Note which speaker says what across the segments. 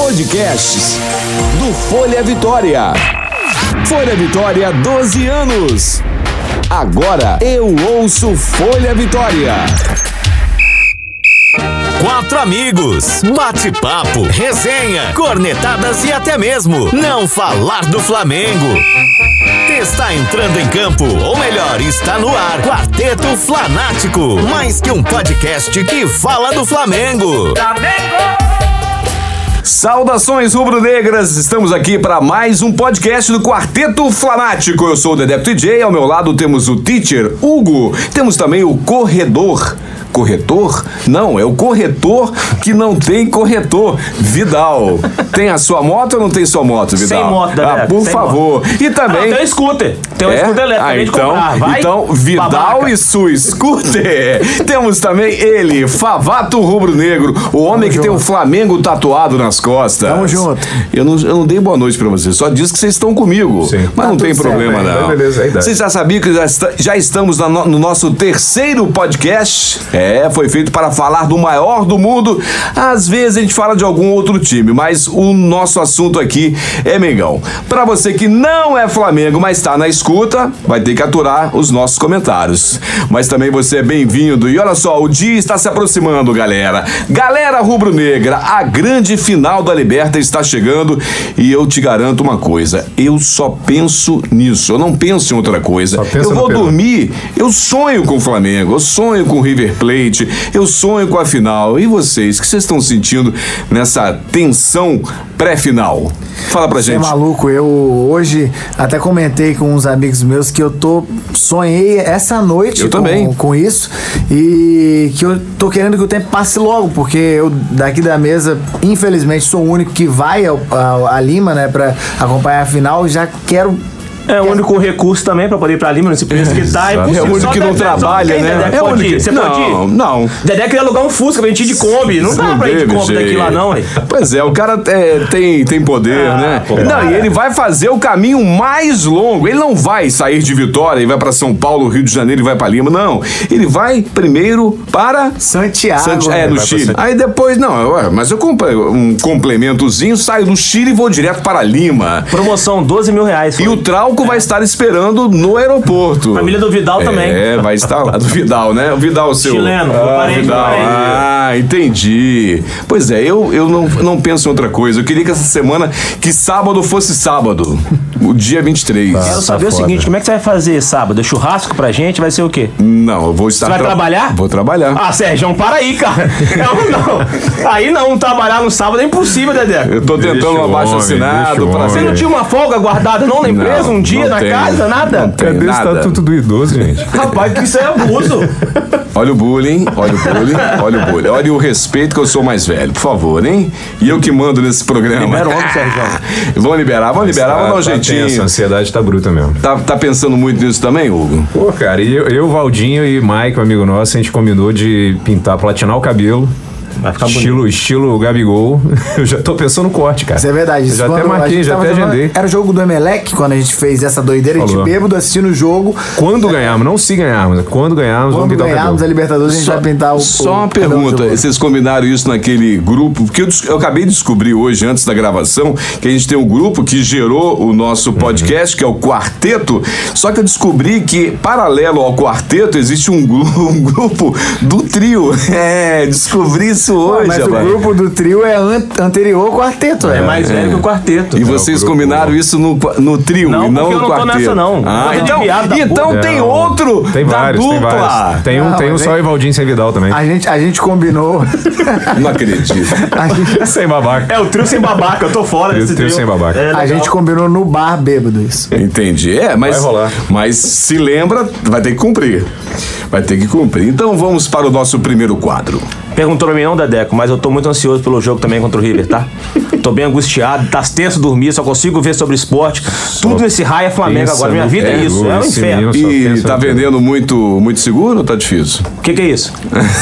Speaker 1: Podcasts do Folha Vitória. Folha Vitória, 12 anos. Agora eu ouço Folha Vitória.
Speaker 2: Quatro amigos, bate-papo, resenha, cornetadas e até mesmo não falar do Flamengo. Está entrando em campo, ou melhor, está no ar, Quarteto Flanático, mais que um podcast que fala do Flamengo.
Speaker 1: Saudações rubro-negras, estamos aqui para mais um podcast do Quarteto Flanático. Eu sou o Dedepto DJ, ao meu lado temos o Teacher Hugo, temos também o Corredor. Corretor? Não, é o corretor que não tem corretor. Vidal. Tem a sua moto ou não tem sua moto, Vidal?
Speaker 3: Sem moto, Dedé,
Speaker 1: Ah, por
Speaker 3: sem
Speaker 1: favor. E
Speaker 3: Ah,
Speaker 1: também.
Speaker 3: tem um scooter. Tem um
Speaker 1: É?
Speaker 3: scooter elétrico.
Speaker 1: Ah,
Speaker 3: acabei de
Speaker 1: então,
Speaker 3: comprar. Vai,
Speaker 1: então Vidal
Speaker 3: babaca.
Speaker 1: e sua scooter. Temos também ele, Favato Rubro Negro, o homem que tem o Flamengo tatuado nas costas.
Speaker 4: Tamo junto.
Speaker 1: Eu não, eu não dei boa noite pra vocês, só disse que vocês estão comigo. Mas não tem
Speaker 4: Ah, tudo
Speaker 1: problema,
Speaker 4: certo,
Speaker 1: não.
Speaker 4: mas beleza, é a idade.
Speaker 1: Vocês já sabiam que já, esta- já estamos na no, no nosso terceiro podcast? É, foi feito para falar do maior do mundo. Às vezes a gente fala de algum outro time, mas o nosso assunto aqui é Mengão. Para você que não é Flamengo, mas está na escuta, vai ter que aturar os nossos comentários. Mas também você é bem-vindo. E olha só, o dia está se aproximando, galera. Galera rubro-negra, a grande final da Liberta está chegando e eu te garanto uma coisa, eu só penso nisso, eu não penso em outra coisa.
Speaker 4: pensa
Speaker 1: Eu
Speaker 4: no
Speaker 1: vou
Speaker 4: Pedro.
Speaker 1: dormir, eu sonho com o Flamengo, eu sonho com o River Plate, eu sonho com a final. E vocês, o que vocês estão sentindo nessa tensão pré-final? Fala pra
Speaker 4: É
Speaker 1: gente.
Speaker 4: maluco, eu hoje até comentei com uns amigos meus que eu tô sonhei essa noite
Speaker 1: Eu
Speaker 4: com,
Speaker 1: também.
Speaker 4: com isso e que eu tô querendo que o tempo passe logo, porque eu daqui da mesa, infelizmente, sou o único que vai ao- ao- a, Lima, né, pra acompanhar a final, já quero
Speaker 3: É o único recurso também pra poder ir pra Lima, não se precisa que tá. É,
Speaker 1: É
Speaker 3: possível.
Speaker 1: o único
Speaker 3: Só
Speaker 1: que não
Speaker 3: Dedé- só
Speaker 1: trabalha,
Speaker 3: quem,
Speaker 1: né?
Speaker 3: Dedé,
Speaker 1: É o
Speaker 3: pode
Speaker 1: único
Speaker 3: ir? Você pode ir?
Speaker 1: Não, não.
Speaker 3: Dedé queria alugar um Fusca pra gente ir de Kombi. Não dá
Speaker 1: Não
Speaker 3: pra ir de
Speaker 1: teve
Speaker 3: Kombi daqui
Speaker 1: jeito.
Speaker 3: lá, não, hein?
Speaker 1: Pois é, o cara é, tem, tem poder,
Speaker 3: Ah,
Speaker 1: né?
Speaker 3: pô,
Speaker 1: não, e ele vai fazer o caminho mais longo. Ele não vai sair de Vitória e vai pra São Paulo, Rio de Janeiro e vai pra Lima, não. Ele vai primeiro para
Speaker 4: Santiago.
Speaker 1: Santi-
Speaker 4: né?
Speaker 1: é, no
Speaker 4: Vai pra
Speaker 1: Chile.
Speaker 4: Santiago.
Speaker 1: Aí depois, não, ué, mas eu compro um complementozinho, saio do Chile e vou direto para Lima.
Speaker 3: Promoção, 12 mil reais.
Speaker 1: E o Trauco vai estar esperando no aeroporto.
Speaker 3: Família do Vidal também.
Speaker 1: É, vai estar lá. Do Vidal, né? O Vidal, seu.
Speaker 3: Chileno, meu
Speaker 1: ah,
Speaker 3: parente,
Speaker 1: Vidal.
Speaker 3: meu parente.
Speaker 1: Ah, entendi. Pois é, eu, eu não, não penso em outra coisa. Eu queria que essa semana, que sábado fosse sábado. O dia 23.
Speaker 3: Quero saber o seguinte, como é que você vai fazer sábado? Churrasco pra gente? Vai ser o quê?
Speaker 1: Não, eu vou estar.
Speaker 3: Você vai trabalhar?
Speaker 1: Vou trabalhar.
Speaker 3: Ah, Sérgio, para aí, cara. Não, não. Aí não, trabalhar no sábado é impossível, Dedé.
Speaker 1: Eu tô
Speaker 5: Deixa
Speaker 1: tentando um
Speaker 5: o
Speaker 1: abaixo
Speaker 5: homem, deixa
Speaker 1: assinado
Speaker 5: o
Speaker 1: pra
Speaker 5: homem.
Speaker 3: Você não tinha uma folga guardada não na empresa, um dia
Speaker 1: não
Speaker 3: na
Speaker 1: tem.
Speaker 3: casa, nada?
Speaker 1: Não tem
Speaker 5: Cadê o
Speaker 1: nada.
Speaker 5: estatuto do tá idoso, gente?
Speaker 3: Rapaz, que isso é abuso.
Speaker 1: Olha o bullying, olha o bullying, olha o bullying. Olha o respeito que eu sou mais velho, por favor, hein? E eu que mando nesse programa.
Speaker 3: Libera o homem, Sérgio.
Speaker 1: Vão liberar, vão liberar, vamos
Speaker 5: Tá-
Speaker 1: dar um
Speaker 5: tá tenso, A
Speaker 1: jeitinho.
Speaker 5: ansiedade tá bruta mesmo.
Speaker 1: Tá, tá pensando muito nisso também, Hugo?
Speaker 5: Pô, cara, e eu, eu, Valdinho e Mike, um amigo nosso, a gente combinou de pintar, platinar o cabelo.
Speaker 3: Vai ficar bonito.
Speaker 5: Estilo, estilo Gabigol. Eu já tô pensando no corte, cara.
Speaker 4: Isso é verdade.
Speaker 5: Eu já até
Speaker 4: Quando a
Speaker 5: marquei,
Speaker 4: gente
Speaker 5: já
Speaker 4: tava
Speaker 5: até
Speaker 4: jogando-
Speaker 5: agendei.
Speaker 4: Era o jogo do Emelec, quando a gente fez essa doideira, a gente
Speaker 5: Falou.
Speaker 4: bêbado assistindo o jogo.
Speaker 5: Quando ganharmos, não se ganharmos, quando ganharmos,
Speaker 4: Quando
Speaker 5: vamos pintar
Speaker 4: ganharmos
Speaker 5: o
Speaker 4: a
Speaker 5: cabelo.
Speaker 4: Libertadores, a gente vai pintar o.
Speaker 1: Só
Speaker 4: o-
Speaker 1: uma pergunta, vocês combinaram isso naquele grupo? Porque eu, des- eu acabei de descobrir hoje, antes da gravação, que a gente tem um grupo que gerou o nosso podcast, que é o Quarteto. Só que eu descobri que, paralelo ao Quarteto, existe um, gru- um grupo do trio. É, descobri isso
Speaker 4: Pô,
Speaker 1: hoje,
Speaker 4: mas o
Speaker 1: rapaz.
Speaker 4: grupo do trio é an- anterior ao quarteto,
Speaker 3: É
Speaker 4: velho.
Speaker 3: mais velho que o quarteto.
Speaker 1: E vocês
Speaker 5: É, grupo-
Speaker 1: combinaram isso no, no trio
Speaker 3: Não,
Speaker 1: e não
Speaker 3: porque
Speaker 1: no
Speaker 3: eu não tô
Speaker 1: quarteto.
Speaker 3: nessa, não.
Speaker 1: Ah,
Speaker 3: Coisa de
Speaker 1: então,
Speaker 3: piada da
Speaker 1: então
Speaker 3: puta.
Speaker 1: tem
Speaker 5: Não,
Speaker 1: outro
Speaker 5: Tem
Speaker 1: da
Speaker 5: vários, tem
Speaker 1: dupla.
Speaker 5: vários. Tem um,
Speaker 4: Não,
Speaker 5: tem um
Speaker 4: mas é-
Speaker 5: só
Speaker 4: aí-
Speaker 5: e Valdinho sem Vidal também.
Speaker 4: A gente, a gente combinou.
Speaker 1: Não acredito.
Speaker 4: A gente,
Speaker 5: sem babaca.
Speaker 3: É o trio sem babaca, eu tô fora
Speaker 5: Trio-
Speaker 3: desse
Speaker 5: trio
Speaker 3: trio.
Speaker 5: sem babaca.
Speaker 3: É,
Speaker 4: a
Speaker 3: legal.
Speaker 4: gente combinou no bar bêbado isso.
Speaker 1: Entendi. É, mas,
Speaker 5: Vai rolar.
Speaker 1: mas se lembra, vai ter que cumprir. Vai ter que cumprir. Então vamos para o nosso primeiro quadro.
Speaker 3: Perguntou pra mim não, Dedeco, mas eu tô muito ansioso pelo jogo também contra o River, tá? Tô bem angustiado, tá tenso dormir, só consigo ver sobre esporte. Tudo esse raio é Flamengo
Speaker 5: pensa
Speaker 3: agora. Minha
Speaker 5: no
Speaker 3: vida é
Speaker 5: Flamengo,
Speaker 3: isso, é um
Speaker 5: esse
Speaker 3: inferno.
Speaker 5: menino- só
Speaker 1: E
Speaker 5: penso
Speaker 1: tá
Speaker 5: no-
Speaker 1: vendendo muito, muito seguro ou tá difícil?
Speaker 3: O que, que é isso?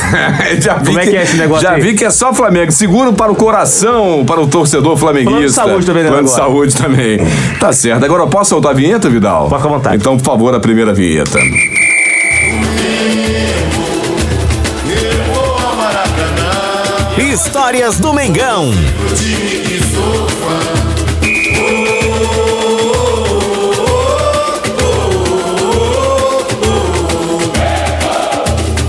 Speaker 1: já vi
Speaker 3: Como é que é esse negócio
Speaker 1: Já
Speaker 3: aí?
Speaker 1: vi que é só Flamengo. Seguro para o coração, para o torcedor flamenguista.
Speaker 3: Plano de saúde também, né,
Speaker 1: Plano de
Speaker 3: agora?
Speaker 1: saúde também. Tá certo. Agora eu posso soltar a vinheta, Vidal?
Speaker 3: Pode, fica à vontade.
Speaker 1: Então, por favor, a primeira vinheta.
Speaker 2: Histórias do Mengão.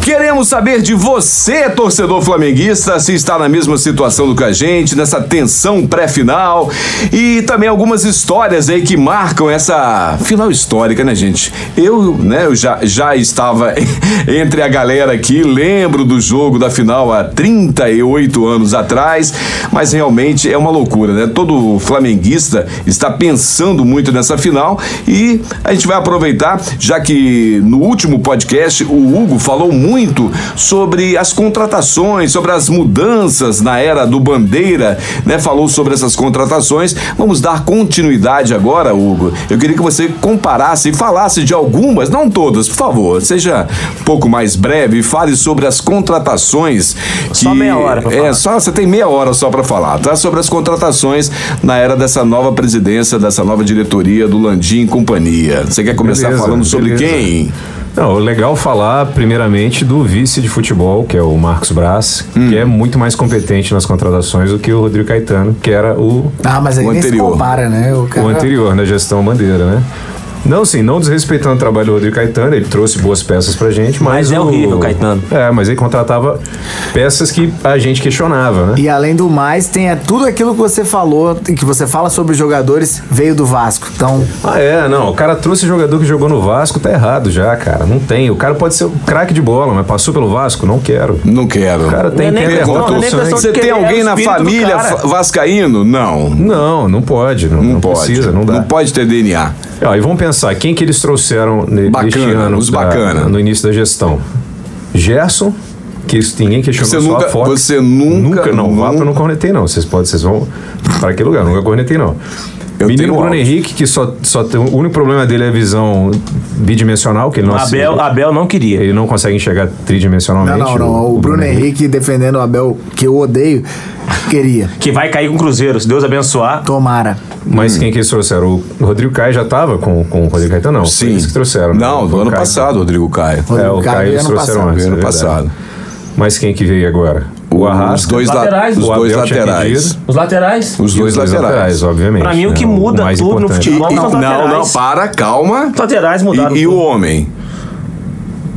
Speaker 1: Queremos saber de você, torcedor flamenguista, se está na mesma situação do que a gente, nessa tensão pré-final e também algumas histórias aí que marcam essa final histórica, né, gente? Eu, né, eu já, já estava entre a galera aqui, lembro do jogo da final há 38 anos atrás, mas realmente é uma loucura, né? Todo flamenguista está pensando muito nessa final e a gente vai aproveitar, já que no último podcast o Hugo falou muito sobre as contratações, sobre as mudanças na era do Bandeira, né? Falou sobre essas contratações. Vamos dar continuidade agora, Hugo. Eu queria que você comparasse e falasse de algumas, não todas, por favor. Seja um pouco mais breve e fale sobre as contratações.
Speaker 3: Só
Speaker 1: que-
Speaker 3: meia hora pra
Speaker 1: É,
Speaker 3: falar.
Speaker 1: só você tem meia hora só para falar, tá? Sobre as contratações na era dessa nova presidência, dessa nova diretoria do Landim e companhia. Você quer começar
Speaker 5: Beleza,
Speaker 1: falando sobre
Speaker 5: beleza.
Speaker 1: quem?
Speaker 5: Não, legal falar primeiramente do vice de futebol, que é o Marcos Braz,
Speaker 3: Hum.
Speaker 5: que é muito mais competente nas contratações do que o Rodrigo Caetano, que era o,
Speaker 4: Ah, mas aí
Speaker 1: O
Speaker 4: nem
Speaker 1: anterior.
Speaker 4: se compara, né? O, cara...
Speaker 5: o anterior na gestão bandeira, né? Não, sim, não desrespeitando o trabalho do Rodrigo Caetano, ele trouxe boas peças pra gente, mas.
Speaker 3: Mas é
Speaker 5: o-
Speaker 3: horrível, Caetano.
Speaker 5: É, mas ele contratava peças que a gente questionava, né?
Speaker 4: E além do mais, tem é, tudo aquilo que você falou, que você fala sobre os jogadores, veio do Vasco. Então,
Speaker 5: Ah, é, não. O cara trouxe jogador que jogou no Vasco, tá errado já, cara. Não tem. O cara pode ser o craque de bola, mas passou pelo Vasco? Não quero.
Speaker 1: Não quero.
Speaker 5: O cara tem
Speaker 3: Não é nem
Speaker 5: tem-
Speaker 3: questão,
Speaker 5: tem-
Speaker 3: não é nem
Speaker 5: tem-
Speaker 3: questão
Speaker 1: Você
Speaker 3: que
Speaker 1: tem
Speaker 3: ele é
Speaker 1: alguém
Speaker 3: o
Speaker 1: na
Speaker 3: espírito do
Speaker 1: família
Speaker 3: cara.
Speaker 1: fa- vascaíno? Não.
Speaker 5: Não, não pode. Não,
Speaker 1: Não,
Speaker 5: não
Speaker 1: pode.
Speaker 5: precisa, não dá.
Speaker 1: pode ter DNA.
Speaker 5: É, Ó, e vamos pensar, quem que eles trouxeram ne-
Speaker 1: Bacana,
Speaker 5: neste ano?
Speaker 1: os
Speaker 5: da-
Speaker 1: bacana.
Speaker 5: No início da gestão. Gerson, que isso ninguém questionou
Speaker 1: Você
Speaker 5: só
Speaker 1: nunca-
Speaker 5: a Fox.
Speaker 1: você nunca-
Speaker 5: Nunca, não. Vá
Speaker 1: nunca-
Speaker 5: pra não cornetei, não. Vocês, podem, vocês vão para aquele lugar. Nunca cornetei, não.
Speaker 1: Eu tenho
Speaker 5: Menino Bruno
Speaker 1: áudio.
Speaker 5: Henrique, que só, só tem... O único problema dele é a visão bidimensional, que ele não...
Speaker 3: Abel, Abel não queria.
Speaker 5: Ele não consegue enxergar tridimensionalmente.
Speaker 4: não, não, não. O, Bruno Henrique defendendo o Abel, que eu odeio, queria.
Speaker 3: Que vai cair com o Cruzeiro, se Deus abençoar.
Speaker 4: Tomara.
Speaker 5: Mas quem que eles trouxeram? O Rodrigo Caio já tava com, com o Rodrigo Caetano? Não, foi
Speaker 1: Sim.
Speaker 5: eles que trouxeram. né?
Speaker 1: Não,
Speaker 5: O
Speaker 1: do ano
Speaker 5: Caio.
Speaker 1: passado, Rodrigo Caio.
Speaker 5: É, o
Speaker 4: Rodrigo Caio
Speaker 5: Caio eles
Speaker 4: ano
Speaker 5: trouxeram
Speaker 4: passado.
Speaker 5: antes,
Speaker 1: Ano
Speaker 5: é verdade.
Speaker 1: passado.
Speaker 5: Mas quem é que veio agora? O Arrasca.
Speaker 1: Os dois, la-
Speaker 6: Laterais.
Speaker 1: os
Speaker 5: O
Speaker 1: dois
Speaker 5: Abel tinha
Speaker 1: laterais.
Speaker 5: pedido.
Speaker 6: Os laterais.
Speaker 1: Os
Speaker 5: E
Speaker 1: dois laterais.
Speaker 5: obviamente.
Speaker 3: Pra mim, o
Speaker 5: né?
Speaker 3: que muda
Speaker 5: mais
Speaker 3: tudo no
Speaker 1: E-
Speaker 5: importante.
Speaker 1: e-
Speaker 3: futebol são
Speaker 1: não,
Speaker 3: os laterais.
Speaker 1: não, para, calma.
Speaker 3: Os laterais mudaram
Speaker 1: E, e o
Speaker 3: tudo.
Speaker 1: homem?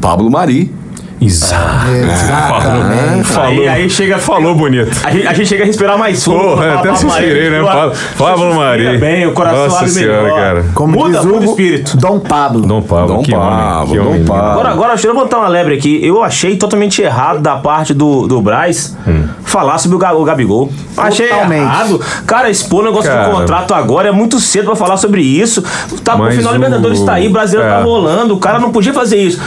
Speaker 1: Pablo Mari.
Speaker 5: Exato.
Speaker 3: né?
Speaker 4: Exatamente.
Speaker 3: Aí, aí chega...
Speaker 5: Falou bonito.
Speaker 3: A gente, a gente chega a respirar mais fundo.
Speaker 5: Porra,
Speaker 3: Fala-
Speaker 5: até
Speaker 3: fala-
Speaker 5: suspirei, né?
Speaker 3: fala-
Speaker 5: Fala- Pablo Mari.
Speaker 3: Respira bem, o coração
Speaker 5: Nossa
Speaker 3: abre
Speaker 5: senhora,
Speaker 3: melhor.
Speaker 5: cara.
Speaker 4: Como
Speaker 3: muda,
Speaker 4: diz o
Speaker 3: muda o espírito.
Speaker 4: Dom Pablo.
Speaker 5: Dom Pablo,
Speaker 1: Dom
Speaker 5: que
Speaker 1: Pablo,
Speaker 5: homem. Que
Speaker 1: Dom
Speaker 5: homem.
Speaker 1: Pablo.
Speaker 3: Agora, agora, deixa eu levantar uma lebre aqui. Eu achei totalmente errado da parte do, do Braz
Speaker 5: Hum.
Speaker 3: falar sobre o, Ga- o Gabigol. Achei
Speaker 4: Totalmente.
Speaker 3: errado. Cara, expor o negócio
Speaker 5: Cara.
Speaker 3: do contrato agora é muito cedo pra falar sobre isso. Tá, o
Speaker 5: Mas
Speaker 3: final
Speaker 5: o-
Speaker 3: Libertadores tá aí, o brasileiro tá
Speaker 5: É.
Speaker 3: rolando. O cara não podia fazer isso.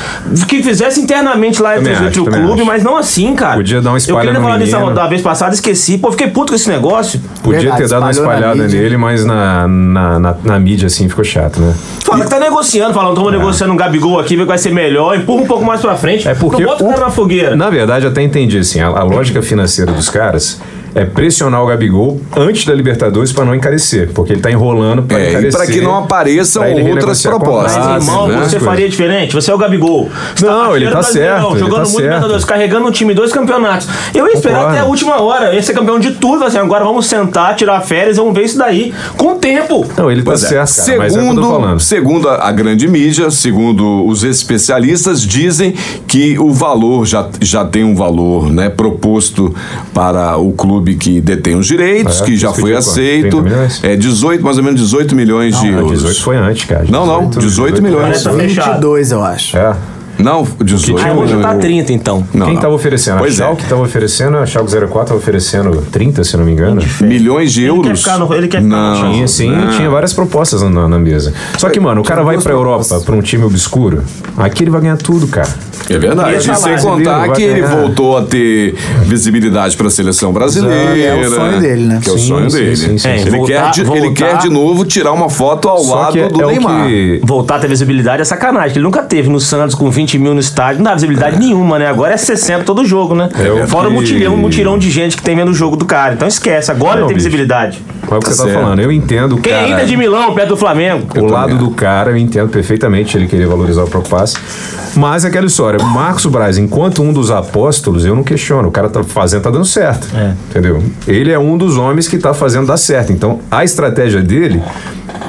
Speaker 3: Que fizesse internamente lá entre,
Speaker 5: Também
Speaker 3: os- entre
Speaker 5: acho,
Speaker 3: o
Speaker 5: também
Speaker 3: clube,
Speaker 5: acho.
Speaker 3: mas não assim, cara.
Speaker 5: Podia dar uma espalha
Speaker 3: Eu queria
Speaker 5: no
Speaker 3: falar disso
Speaker 5: menino.
Speaker 3: da vez passada, esqueci. Pô, fiquei puto com esse negócio.
Speaker 5: Podia
Speaker 4: Verdade,
Speaker 5: ter dado uma
Speaker 4: espalhou na
Speaker 5: espalhada
Speaker 4: mídia.
Speaker 5: nele, mas na, na, na, na mídia, assim, ficou chato, né?
Speaker 3: Fala que tá negociando, falando, toma negociando um Gabigol aqui, vê que vai ser melhor, empurra um pouco mais pra frente.
Speaker 5: É porque
Speaker 3: Não bota o cara
Speaker 5: o-
Speaker 3: na fogueira.
Speaker 5: Na verdade, eu até entendi, assim, a, a lógica financeira dos caras é pressionar o Gabigol antes da Libertadores pra não encarecer, porque ele tá enrolando pra
Speaker 1: É, e
Speaker 5: encarecer.
Speaker 1: para que não apareçam
Speaker 5: pra ele
Speaker 1: outras
Speaker 5: renegociar
Speaker 1: propostas.
Speaker 5: contrato,
Speaker 3: Mas, irmão,
Speaker 5: né?
Speaker 3: você
Speaker 5: Coisa.
Speaker 3: faria diferente? Você é o Gabigol. Você
Speaker 5: Não,
Speaker 3: artilheiro
Speaker 5: ele tá
Speaker 3: brasileirão,
Speaker 5: certo, ele
Speaker 3: Jogando
Speaker 5: tá
Speaker 3: muito
Speaker 5: certo.
Speaker 3: Libertadores, carregando um time dois campeonatos. Eu ia esperar
Speaker 5: Concordo.
Speaker 3: até a última hora. Eu ia ser campeão de tudo. Assim, agora vamos sentar, tirar férias, vamos ver isso daí. Com o tempo.
Speaker 5: Não, ele tá
Speaker 1: Pois é.
Speaker 5: certo, cara, mas é o que eu tô
Speaker 1: segundo,
Speaker 5: falando.
Speaker 1: segundo a, a grande mídia, segundo os especialistas, dizem que o valor já, já tem um valor né, proposto para o clube que detém os direitos,
Speaker 5: É,
Speaker 1: que já
Speaker 5: isso que
Speaker 1: foi
Speaker 5: eu digo,
Speaker 1: aceito.
Speaker 5: 30 milhões?
Speaker 1: É 18, mais ou menos 18 milhões de
Speaker 5: Não,
Speaker 1: euros.
Speaker 5: 18 foi antes, cara.
Speaker 1: Não, não, 18 milhões.
Speaker 3: Tá fechado.
Speaker 4: 22, eu acho.
Speaker 5: É.
Speaker 1: Não, 18
Speaker 3: Aí
Speaker 5: um
Speaker 3: hoje tá 30, então.
Speaker 1: Não,
Speaker 5: Quem
Speaker 1: não.
Speaker 5: tava oferecendo?
Speaker 1: Pois é.
Speaker 5: a Schalke que tava oferecendo, a Schalke 04 tava oferecendo 30, se não me engano.
Speaker 1: é. Milhões de
Speaker 3: quer
Speaker 1: euros?
Speaker 3: ficar no- ele quer ficar no
Speaker 1: não,
Speaker 5: Tinha, sim, tinha várias propostas na, na mesa. Só que, mano, o cara vai pra Europa, pra um time obscuro, aqui ele vai ganhar tudo, cara.
Speaker 1: É
Speaker 3: E
Speaker 1: verdade.
Speaker 3: essa
Speaker 1: E sem
Speaker 3: live?
Speaker 1: contar
Speaker 5: Vai
Speaker 1: que ele
Speaker 5: ganhar.
Speaker 1: voltou a ter visibilidade para a seleção brasileira.
Speaker 4: É o sonho dele, né?
Speaker 1: Que é o
Speaker 5: Sim,
Speaker 1: sonho
Speaker 5: sim,
Speaker 1: dele.
Speaker 5: sim, sim,
Speaker 1: ele,
Speaker 3: sim.
Speaker 1: quer
Speaker 3: Voltar-
Speaker 1: de, ele
Speaker 3: voltar-
Speaker 1: quer de novo tirar uma foto ao
Speaker 5: Só
Speaker 1: lado
Speaker 5: que é,
Speaker 1: do
Speaker 5: é o
Speaker 1: Neymar.
Speaker 5: que...
Speaker 3: Voltar a ter visibilidade é sacanagem, que ele nunca teve no Santos com 20 mil no estádio, não dá visibilidade nenhuma, né? Agora é 60 todo jogo, né?
Speaker 5: É o
Speaker 3: Fora o
Speaker 5: que-
Speaker 3: mutirão, o mutirão de gente que tem vendo o jogo do cara. Então esquece, agora
Speaker 5: Não,
Speaker 3: ele tem
Speaker 5: bicho.
Speaker 3: visibilidade.
Speaker 5: Mas é o que
Speaker 1: Tá
Speaker 5: você tá
Speaker 1: certo.
Speaker 5: falando, eu entendo,
Speaker 3: Quem
Speaker 5: cara.
Speaker 3: ainda é de Milão, perto do Flamengo?
Speaker 5: O
Speaker 1: também
Speaker 5: lado do cara, eu entendo perfeitamente ele querer valorizar o próprio passe. Mas é aquela história, o Marcos Braz, enquanto um dos apóstolos, eu não questiono. O cara tá fazendo, tá dando certo. Entendeu? Ele é um dos homens que tá fazendo dar certo. Então, a estratégia dele,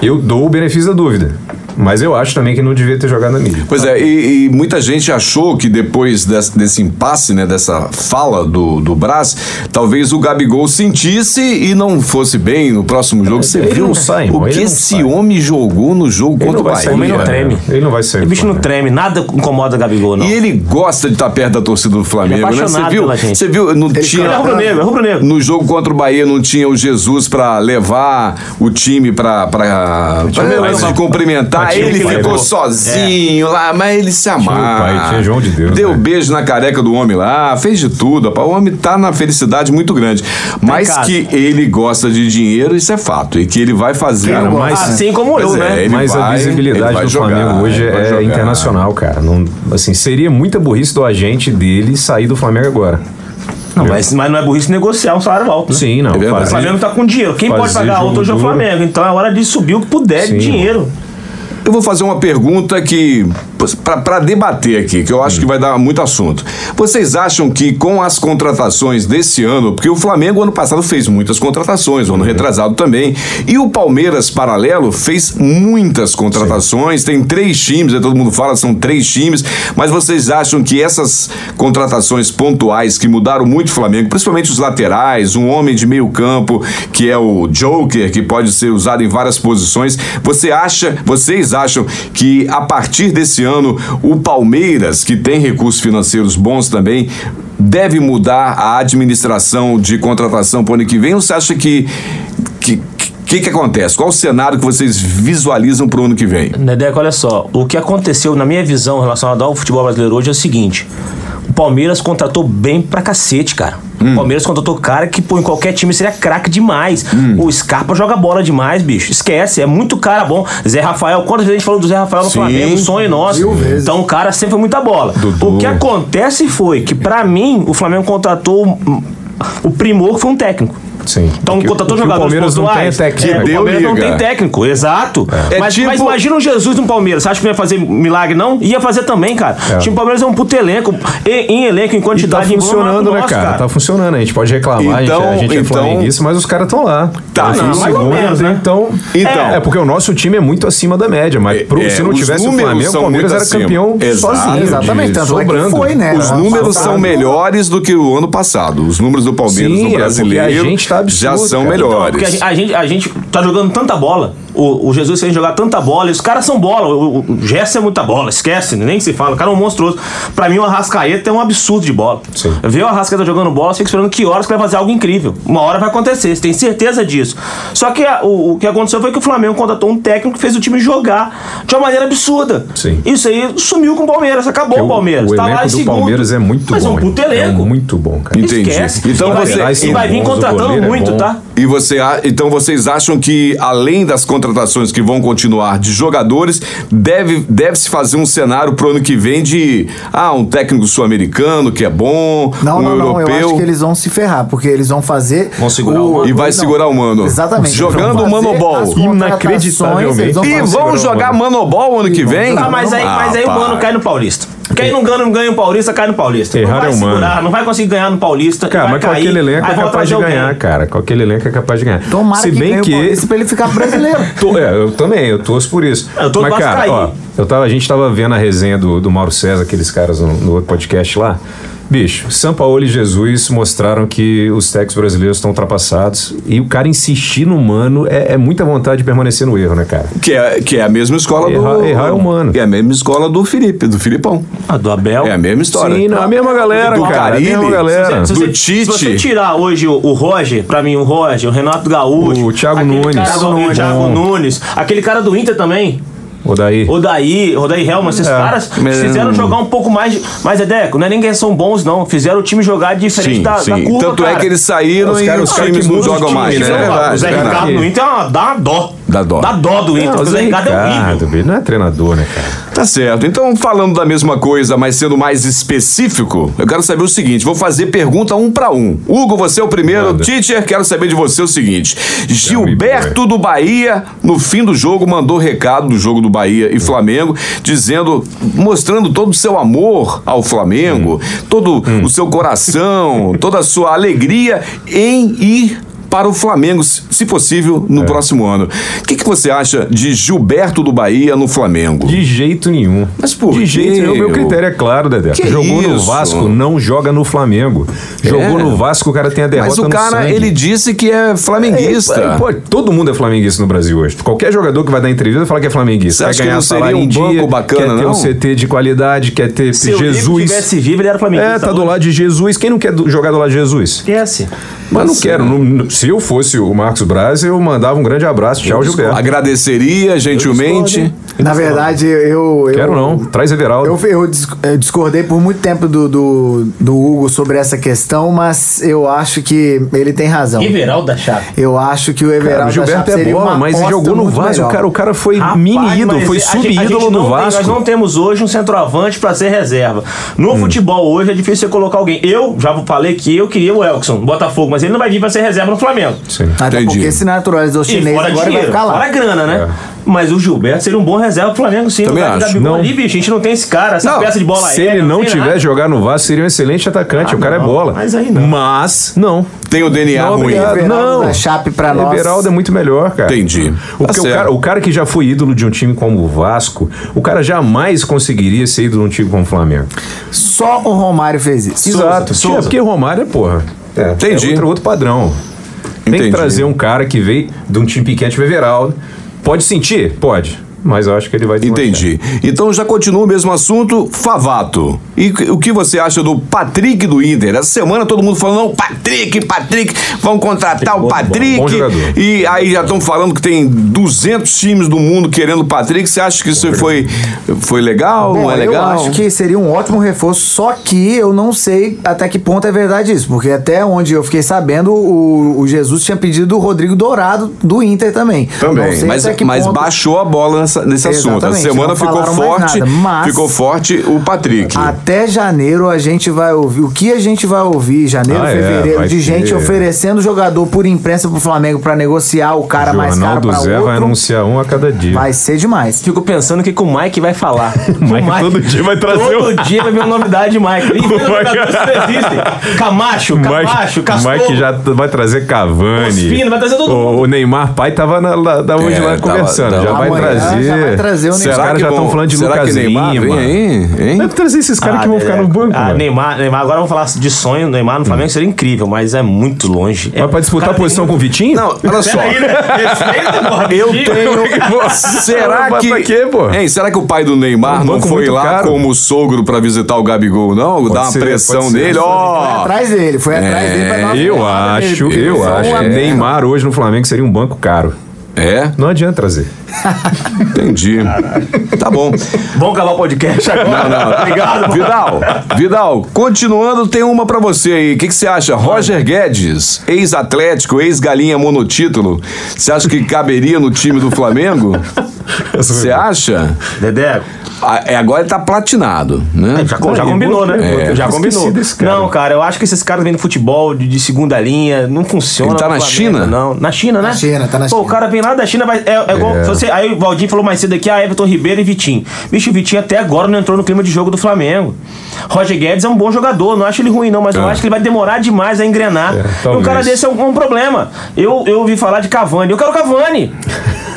Speaker 5: eu dou o benefício da dúvida. Mas eu acho também que não devia ter jogado na mídia.
Speaker 1: Pois é, e, e muita gente achou que depois desse, desse impasse, né, dessa fala do, do Brás, talvez o Gabigol sentisse e não fosse bem no próximo jogo. Você
Speaker 5: ele
Speaker 1: viu
Speaker 5: não sai,
Speaker 1: o
Speaker 5: irmão, ele
Speaker 1: que
Speaker 5: não
Speaker 1: esse
Speaker 5: sai.
Speaker 1: homem jogou no jogo
Speaker 5: Ele
Speaker 1: contra
Speaker 5: não
Speaker 1: o
Speaker 5: vai
Speaker 1: Bahia?
Speaker 5: sair.
Speaker 3: Homem não
Speaker 5: cara.
Speaker 3: treme.
Speaker 5: Ele não vai sair.
Speaker 3: O bicho não
Speaker 5: cara.
Speaker 3: treme, nada incomoda o Gabigol, não. É
Speaker 1: E ele gosta de estar perto da torcida do Flamengo, né? Você
Speaker 3: apaixonado
Speaker 1: viu?
Speaker 3: pela gente.
Speaker 1: Você viu? Não
Speaker 3: Ele é
Speaker 1: tinha.
Speaker 3: rubro-negro, é rubro-negro.
Speaker 1: No jogo contra o Bahia não tinha o Jesus pra levar o time pra, pra, pra,
Speaker 5: o
Speaker 1: pra
Speaker 5: pai,
Speaker 1: se
Speaker 5: né?
Speaker 1: cumprimentar.
Speaker 5: Mas tinha
Speaker 1: Ele
Speaker 5: o pai,
Speaker 1: ficou
Speaker 5: né?
Speaker 1: sozinho lá, mas ele se amava.
Speaker 5: pai, tinha João de Deus,
Speaker 1: Deu
Speaker 5: né?
Speaker 1: beijo na careca do homem lá, fez de tudo. rapaz. O homem tá na felicidade muito grande. Mas
Speaker 3: Tá casa.
Speaker 1: que ele gosta de dinheiro, isso é fato. E que eu vai fazer.
Speaker 5: Cara, mas-
Speaker 3: Assim como
Speaker 1: Pois
Speaker 3: eu,
Speaker 1: é,
Speaker 3: né?
Speaker 1: ele
Speaker 5: Mas
Speaker 1: vai-
Speaker 5: a
Speaker 1: ele
Speaker 5: visibilidade
Speaker 1: vai
Speaker 5: do
Speaker 1: jogar,
Speaker 5: Flamengo hoje
Speaker 1: ele vai
Speaker 5: é
Speaker 1: jogar.
Speaker 5: internacional, cara. Não, assim, seria muita burrice do agente dele sair do Flamengo agora.
Speaker 3: Não, mas, mas não é burrice negociar um salário alto, né?
Speaker 5: Sim, não.
Speaker 1: É verdade.
Speaker 3: O
Speaker 5: fazer-
Speaker 3: Flamengo tá com dinheiro. Quem pode
Speaker 5: fazer
Speaker 3: pagar
Speaker 5: jogo
Speaker 3: alto hoje é o
Speaker 5: duro.
Speaker 3: Flamengo. Então é hora de subir o que puder de
Speaker 5: Sim.
Speaker 3: dinheiro.
Speaker 1: Eu vou fazer uma pergunta que. para debater aqui, que eu acho que vai dar muito assunto. Vocês acham que com as contratações desse ano, porque o Flamengo ano passado fez muitas contratações, ano retrasado também, e o Palmeiras paralelo fez muitas contratações, tem três times, né, todo mundo fala, são três times, mas vocês acham que essas contratações pontuais que mudaram muito o Flamengo, principalmente os laterais, um homem de meio campo que é o Joker, que pode ser usado em várias posições, você acha, vocês acham que a partir desse ano o Palmeiras, que tem recursos financeiros bons também, deve mudar a administração de contratação para o ano que vem? Ou você acha que que, que, que acontece? Qual o cenário que vocês visualizam para o ano que vem?
Speaker 3: Nedeco, olha só, o que aconteceu na minha visão relacionada ao futebol brasileiro hoje é o seguinte: o Palmeiras contratou bem pra cacete, cara. O Palmeiras contratou cara que pô, em qualquer time seria craque demais. O Scarpa joga bola demais, bicho. Esquece, é muito cara bom. Zé Rafael, quantas vezes a gente falou do Zé Rafael no
Speaker 1: Sim.
Speaker 3: Flamengo? Um sonho nosso.
Speaker 4: Mil vezes.
Speaker 3: Então o cara sempre foi muita bola.
Speaker 5: Dudu.
Speaker 3: O que acontece foi que, pra mim, o Flamengo contratou hum, o primor que foi um técnico.
Speaker 5: Sim.
Speaker 3: Então,
Speaker 5: O que-
Speaker 3: contratou
Speaker 5: o que o
Speaker 3: jogadores
Speaker 5: Palmeiras não tem
Speaker 3: pontuais.
Speaker 5: é
Speaker 3: É,
Speaker 5: técnico, né?
Speaker 3: o Palmeiras não
Speaker 1: Deu liga.
Speaker 3: tem técnico, exato.
Speaker 1: É
Speaker 3: Mas,
Speaker 1: tipo-
Speaker 3: mas imagina um Jesus no Palmeiras. Você acha que não ia fazer milagre, não? Ia fazer também, cara.
Speaker 5: É.
Speaker 3: O time do Palmeiras é um puto elenco. E- em elenco, em
Speaker 5: E tá
Speaker 3: quantidade, em volume, é
Speaker 5: funcionando, né,
Speaker 3: nosso,
Speaker 5: cara? Tá funcionando. A gente pode reclamar,
Speaker 1: Então,
Speaker 5: a gente, a gente é
Speaker 1: então-
Speaker 5: flamenguista, mas os caras estão lá.
Speaker 1: Tá,
Speaker 5: Eles
Speaker 1: não,
Speaker 5: em
Speaker 1: mais ou
Speaker 5: segundo,
Speaker 3: menos, né?
Speaker 5: Então,
Speaker 1: Então.
Speaker 5: É, porque o nosso time é muito acima da média, mas pro-
Speaker 1: É,
Speaker 5: se não
Speaker 1: os
Speaker 5: tivesse o
Speaker 1: números
Speaker 5: Flamengo, o
Speaker 1: são
Speaker 5: Palmeiras
Speaker 1: muito
Speaker 5: era campeão
Speaker 1: acima. Exato.
Speaker 5: sozinho.
Speaker 4: Exatamente,
Speaker 5: de-
Speaker 4: tanto é que
Speaker 5: sobrando.
Speaker 4: foi, né?
Speaker 1: Os números são
Speaker 4: Faltava.
Speaker 1: melhores do que o ano passado. Os números do Palmeiras
Speaker 5: tá Sim, é
Speaker 1: no
Speaker 5: porque
Speaker 1: brasileiro
Speaker 5: a gente tá absurdo,
Speaker 1: já são
Speaker 5: cara.
Speaker 3: Porque
Speaker 1: melhores.
Speaker 3: a gente, a, gente, a gente tá jogando tanta bola. O, o Jesus fez jogar tanta bola. E os caras são bola. O, o- o Gerson é muita bola. Esquece, nem que se fala. O cara é um monstruoso. Pra mim, o Arrascaeta é um absurdo de bola.
Speaker 5: Sim.
Speaker 3: Ver o Arrascaeta jogando bola, você fica esperando que horas que vai fazer algo incrível. Uma hora vai acontecer. Você tem certeza disso. Só que a- o, o que aconteceu foi que o Flamengo contratou um técnico que fez o time jogar de uma maneira absurda.
Speaker 5: Sim.
Speaker 3: Isso aí sumiu com o Palmeiras. Acabou
Speaker 5: O,
Speaker 3: o Palmeiras.
Speaker 5: o
Speaker 3: tá
Speaker 5: elenco
Speaker 3: lá em
Speaker 5: do
Speaker 3: segundo.
Speaker 5: Palmeiras é muito
Speaker 3: Mas
Speaker 5: bom.
Speaker 3: é um
Speaker 5: hein?
Speaker 3: puto elenco.
Speaker 5: É muito bom, cara.
Speaker 1: Entendi.
Speaker 3: Esquece.
Speaker 1: Então
Speaker 3: e vai,
Speaker 1: você-
Speaker 3: e vai vir
Speaker 5: bons, o
Speaker 3: contratando
Speaker 5: goleiro é
Speaker 3: muito,
Speaker 5: bom.
Speaker 3: tá?
Speaker 1: E você, a- então vocês acham que além das contratações que vão continuar de jogadores, deve deve se fazer um cenário pro ano que vem de ah, um técnico sul-americano que é bom,
Speaker 4: Não,
Speaker 1: um
Speaker 4: não, não.
Speaker 1: europeu.
Speaker 4: Eu acho que eles vão se ferrar, porque eles vão fazer.
Speaker 5: Vão segurar o mano.
Speaker 1: E vai segurar o mano.
Speaker 4: Exatamente.
Speaker 1: Jogando
Speaker 4: Eles vão
Speaker 1: o
Speaker 4: fazer
Speaker 1: manobol.
Speaker 4: as contratações,
Speaker 5: Inacreditavelmente.
Speaker 4: eles
Speaker 1: E
Speaker 4: fazer-
Speaker 1: vão jogar manobol ano que vem?
Speaker 3: Ah, mas aí, mas aí o
Speaker 1: Ah,
Speaker 3: mano
Speaker 1: pá.
Speaker 3: cai no Paulista. Quem não ganha, não ganha o Paulista, cai no Paulista.
Speaker 5: Errar
Speaker 3: não vai
Speaker 5: é humano.
Speaker 3: segurar, não vai conseguir ganhar no Paulista.
Speaker 5: Cara,
Speaker 3: vai
Speaker 5: mas com
Speaker 3: cair,
Speaker 5: aquele elenco
Speaker 3: aí
Speaker 5: é
Speaker 3: volta
Speaker 5: capaz de
Speaker 3: a jogar.
Speaker 5: ganhar, cara. Com aquele elenco é capaz de ganhar.
Speaker 4: Tomara
Speaker 5: Se
Speaker 4: que
Speaker 5: bem
Speaker 4: ganhe o
Speaker 5: que.
Speaker 4: Paulista pra ele ficar brasileiro.
Speaker 5: Tô- é, eu também, eu torço por isso.
Speaker 3: É, Eu torço
Speaker 5: Mas,
Speaker 3: pro
Speaker 5: cara,
Speaker 3: Vascaíno.
Speaker 5: ó, eu tava, a gente tava vendo a resenha do, do Mauro César, aqueles caras no, no outro podcast lá. Bicho, São Paulo e Jesus mostraram que os técnicos brasileiros estão ultrapassados. E o cara insistir no mano é, é muita vontade de permanecer no erro, né, cara?
Speaker 1: Que é, que é a mesma escola do.
Speaker 5: Errar- errar é humano.
Speaker 1: Que é a mesma escola do Felipe, do Filipão.
Speaker 3: Ah, do Abel.
Speaker 1: É a mesma história.
Speaker 5: Sim, não, a mesma galera,
Speaker 1: do
Speaker 5: cara. é A
Speaker 1: Carille,
Speaker 5: mesma galera.
Speaker 3: Se
Speaker 1: do
Speaker 3: você,
Speaker 1: Tite.
Speaker 3: se você tirar hoje o, o Roger, pra mim, o Roger, o Renato Gaúcho.
Speaker 5: O Thiago
Speaker 3: aquele
Speaker 5: Nunes.
Speaker 3: Cara, do- o
Speaker 5: Bom.
Speaker 3: Thiago Nunes. Aquele cara do Inter também.
Speaker 5: Ô, daí.
Speaker 3: O daí, o daí Helma,
Speaker 5: É,
Speaker 3: esses caras
Speaker 1: mas-
Speaker 3: fizeram jogar um pouco mais. de- Mas, Edeco, não é ninguém são bons, não. Fizeram o time jogar diferente
Speaker 1: Sim,
Speaker 3: da, da
Speaker 1: sim.
Speaker 3: tá curva.
Speaker 1: Tanto é
Speaker 3: cara.
Speaker 1: que eles saíram
Speaker 5: Os
Speaker 1: e
Speaker 5: caras-
Speaker 1: os
Speaker 5: os caras
Speaker 1: times
Speaker 5: que
Speaker 1: não
Speaker 5: mudam os
Speaker 1: jogam mais, né?
Speaker 5: times,
Speaker 1: É
Speaker 5: né?
Speaker 3: o
Speaker 1: verdade,
Speaker 3: Zé
Speaker 1: é verdade.
Speaker 3: Ricardo no Inter é uma, dá uma dó.
Speaker 1: Dá dó.
Speaker 3: Dá dó do Inter.
Speaker 5: Não,
Speaker 3: o Zé Ricardo é horrível.
Speaker 5: bicho, não é treinador, né, cara?
Speaker 1: Tá certo. Então, falando da mesma coisa, mas sendo mais específico, eu quero saber o seguinte: vou fazer pergunta um pra um. Hugo, você é o primeiro.
Speaker 5: Manda.
Speaker 1: Teacher, quero saber de você o seguinte: Gilberto
Speaker 5: boa.
Speaker 1: do Bahia, no fim do jogo, mandou recado do jogo do Bahia e Flamengo, dizendo, mostrando todo o seu amor ao Flamengo, todo o seu coração, toda a sua alegria em ir para o Flamengo, se se possível, no próximo ano. O que, que você acha de Gilberto do Bahia no Flamengo?
Speaker 5: De jeito nenhum.
Speaker 1: Mas por
Speaker 5: De jeito
Speaker 1: quê?
Speaker 5: nenhum. O meu critério é claro, Dedé.
Speaker 1: Que
Speaker 5: Jogou no
Speaker 1: isso? É.
Speaker 5: Vasco, não joga no Flamengo. Jogou no Vasco, o cara tem a derrota
Speaker 1: Mas o
Speaker 5: no
Speaker 1: cara,
Speaker 5: sangue.
Speaker 1: ele disse que é flamenguista.
Speaker 5: É, pô, todo mundo é flamenguista no Brasil hoje. Qualquer jogador que vai dar entrevista vai falar que é flamenguista.
Speaker 1: Você acha
Speaker 5: Quer
Speaker 1: que
Speaker 5: ganhar
Speaker 1: não seria
Speaker 5: salário em
Speaker 1: um banco
Speaker 5: dia,
Speaker 1: bacana,
Speaker 5: quer ter
Speaker 1: não?
Speaker 5: um CT de qualidade, quer ter
Speaker 3: Se o Livre
Speaker 5: Jesus.
Speaker 3: tivesse vivo, ele era flamenguista.
Speaker 5: É, tá do
Speaker 3: hoje.
Speaker 5: lado de Jesus. Quem não quer do- jogar do lado de Jesus?
Speaker 3: Esquece.
Speaker 5: Mas não
Speaker 1: é.
Speaker 5: quero. não- não- se eu fosse o Marcos Braz, eu mandava um grande abraço. Tchau, Gilberto.
Speaker 1: Agradeceria gentilmente.
Speaker 4: Na verdade, eu. eu
Speaker 5: tá- Quero não. Traz Everaldo.
Speaker 4: Eu, eu dis- eu discordei por muito tempo do, do, do Hugo sobre essa questão, mas eu acho que ele tem razão.
Speaker 3: Riberal da Chave.
Speaker 4: Eu acho que o
Speaker 5: Cara,
Speaker 4: Everaldo
Speaker 5: o Gilberto
Speaker 4: da Chape
Speaker 5: é
Speaker 4: seria
Speaker 5: bola,
Speaker 4: uma
Speaker 5: mas ele
Speaker 4: aposta
Speaker 5: jogou no
Speaker 4: muito
Speaker 5: Vasco.
Speaker 4: melhor.
Speaker 5: O cara, o cara foi
Speaker 3: Rapaz,
Speaker 5: mini ídolo,
Speaker 3: mas
Speaker 5: foi
Speaker 3: a gente- a gente
Speaker 5: sub-ídolo
Speaker 3: não
Speaker 5: no
Speaker 3: tem-
Speaker 5: Vasco.
Speaker 3: nós não temos hoje um centroavante pra ser reserva. No futebol hoje é difícil você colocar alguém. Eu já falei que eu queria o Elkson, Botafogo, mas ele não vai vir pra ser reserva no Flamengo.
Speaker 5: Sim.
Speaker 4: Até
Speaker 1: Entendi.
Speaker 4: porque se naturalizou
Speaker 3: E
Speaker 4: chinês,
Speaker 3: fora
Speaker 4: agora vai
Speaker 3: dinheiro,
Speaker 4: ficar lá.
Speaker 3: fora grana, né? Mas o Gilberto seria um bom reserva pro Flamengo, sim.
Speaker 1: Também
Speaker 3: o cara que
Speaker 1: acho.
Speaker 3: Gabigol
Speaker 5: Não.
Speaker 3: ali, bicho, a gente não tem esse cara, essa
Speaker 1: Não,
Speaker 3: peça de bola
Speaker 5: Se
Speaker 3: aérea,
Speaker 5: ele não
Speaker 3: tem nada.
Speaker 5: tivesse jogado no Vasco, seria um excelente atacante.
Speaker 3: Ah,
Speaker 5: o cara
Speaker 3: não,
Speaker 5: é bola.
Speaker 3: mas aí não.
Speaker 5: Mas, não.
Speaker 1: Tem o DNA
Speaker 5: Não,
Speaker 1: ruim.
Speaker 5: obrigado.
Speaker 4: Everaldo
Speaker 5: Não.
Speaker 4: da Chape pra nós.
Speaker 5: Everaldo é muito melhor, cara.
Speaker 1: Entendi.
Speaker 5: O,
Speaker 1: Tá
Speaker 5: porque o,
Speaker 1: certo.
Speaker 5: cara, o cara que já foi ídolo de um time como o Vasco, o cara jamais conseguiria ser ídolo de um time como o Flamengo.
Speaker 4: Só o Romário fez isso.
Speaker 5: Exato.
Speaker 3: Souza.
Speaker 5: É porque o Romário é porra. É,
Speaker 1: Entendi.
Speaker 5: É outro, outro padrão. Tem
Speaker 1: Entendi.
Speaker 5: que trazer um cara que veio de um time pequeno, tipo Everaldo. Pode sentir? Pode. Mas eu acho que ele vai desmanchar.
Speaker 1: Entendi. Então já continua o mesmo assunto, Favato. E c- o que você acha do Patrick do Inter? Essa semana todo mundo falando, não, Patrick, Patrick, vão contratar o Patrick.
Speaker 5: bom jogador.
Speaker 1: E aí já estão falando que tem 200 times do mundo querendo o Patrick. Você acha que isso foi, foi legal? não é
Speaker 4: eu
Speaker 1: legal?
Speaker 4: acho que seria um ótimo reforço, só que eu não sei até que ponto é verdade isso, porque até onde eu fiquei sabendo, o, o Jesus tinha pedido o Rodrigo Dourado do Inter também. Não
Speaker 1: Também,
Speaker 4: sei
Speaker 1: mas,
Speaker 4: até que
Speaker 1: mas
Speaker 4: ponto-
Speaker 1: baixou a bola nessa- nesse assunto. Essa
Speaker 4: Exatamente,
Speaker 1: semana
Speaker 4: não
Speaker 1: ficou
Speaker 4: falaram mais
Speaker 1: forte,
Speaker 4: nada, mas-
Speaker 1: ficou forte o Patrick.
Speaker 4: Até janeiro a gente vai ouvir. O que a gente vai ouvir? Janeiro,
Speaker 5: Ah, é,
Speaker 4: fevereiro,
Speaker 5: vai
Speaker 4: de gente
Speaker 5: ter.
Speaker 4: oferecendo jogador por imprensa pro Flamengo pra negociar o cara
Speaker 5: O
Speaker 4: mais
Speaker 5: Jornal
Speaker 4: caro
Speaker 5: do
Speaker 4: pra
Speaker 5: Zé
Speaker 4: outro.
Speaker 5: vai anunciar um a cada dia.
Speaker 4: Vai ser demais.
Speaker 3: Fico pensando o que, que o Mike vai falar. o
Speaker 5: Mike todo dia vai trazer
Speaker 3: Todo
Speaker 5: um-
Speaker 3: dia vai vir uma novidade, Mike. E
Speaker 5: O Mike-
Speaker 3: jogadores que não existem. Camacho, Camacho,
Speaker 5: Mike,
Speaker 3: Castor.
Speaker 5: Mike já t- vai trazer Cavani.
Speaker 3: Ospina, vai trazer todo
Speaker 5: O-
Speaker 3: mundo.
Speaker 5: O Neymar pai tava na, lá, da onde
Speaker 1: É,
Speaker 5: lá
Speaker 1: tava-
Speaker 5: conversando.
Speaker 1: tava-
Speaker 5: já, vai
Speaker 4: Amanhã
Speaker 5: trazer.
Speaker 4: já vai trazer o
Speaker 5: Os
Speaker 4: Neymar.
Speaker 5: caras
Speaker 1: que
Speaker 5: já estão
Speaker 1: vão-
Speaker 5: falando de
Speaker 1: será
Speaker 5: Lucas
Speaker 1: que Neymar
Speaker 5: Lima.
Speaker 1: vem aí? Hein?
Speaker 5: Deve trazer esses caras que vão ficar
Speaker 4: é.
Speaker 5: no banco.
Speaker 3: Ah,
Speaker 5: mano.
Speaker 3: Neymar, Neymar, agora vamos falar de sonho. Neymar no Flamengo seria incrível, mas é muito longe.
Speaker 5: Mas pra disputar a posição com o Vitinho?
Speaker 1: Não, olha só.
Speaker 5: né?
Speaker 3: Eu
Speaker 1: tenho. Será
Speaker 5: Mas
Speaker 1: que.
Speaker 5: pra quê, pô?
Speaker 1: Hein, será que o pai do Neymar
Speaker 5: Um
Speaker 1: não
Speaker 5: banco
Speaker 1: foi
Speaker 5: muito
Speaker 1: lá
Speaker 5: caro.
Speaker 1: como sogro pra visitar o Gabigol, não? Dá uma
Speaker 5: ser,
Speaker 1: pressão
Speaker 5: pode ser.
Speaker 1: nele, ó.
Speaker 4: Atrás dele, foi atrás
Speaker 5: É,
Speaker 4: dele pra dar uma
Speaker 5: Eu
Speaker 4: ferrada nele.
Speaker 5: acho, eu
Speaker 4: Só um
Speaker 5: acho.
Speaker 4: a menos.
Speaker 5: Neymar hoje no Flamengo seria um banco caro.
Speaker 1: É?
Speaker 5: Não adianta trazer.
Speaker 1: Entendi. Tá bom.
Speaker 3: Vamos acabar o podcast agora. Obrigado, mano.
Speaker 1: Vidal, Vidal, continuando, tem uma pra você aí. O que, que você acha? Roger Guedes, ex-atlético, ex-galinha monotítulo. Você acha que caberia no time do Flamengo? Você acha?
Speaker 3: Dedé,
Speaker 1: Ah, é, Agora ele tá platinado, né?
Speaker 3: É, Já, com- já combinou, né?
Speaker 1: É.
Speaker 3: Já combinou.
Speaker 5: Esqueci desse cara.
Speaker 3: Não, cara, eu acho que esses caras vêm do futebol de, de segunda linha, não funciona.
Speaker 1: Ele tá
Speaker 3: no
Speaker 1: na
Speaker 3: Flamengo,
Speaker 1: China?
Speaker 3: Não, na China, né?
Speaker 4: Na China, tá na
Speaker 3: Pô,
Speaker 4: China.
Speaker 3: o cara vem lá da China, vai, é, é igual.
Speaker 5: É.
Speaker 3: se Você, aí o Valdir falou mais cedo aqui, a Everton Ribeiro e Vitinho. Bicho, o Vitinho até agora não entrou no clima de jogo do Flamengo. Roger Guedes é um bom jogador, não acho ele ruim, não, mas eu acho que ele vai demorar demais a engrenar. e um
Speaker 5: talvez.
Speaker 3: cara desse é um, um problema. Eu, eu ouvi falar de Cavani, eu quero Cavani.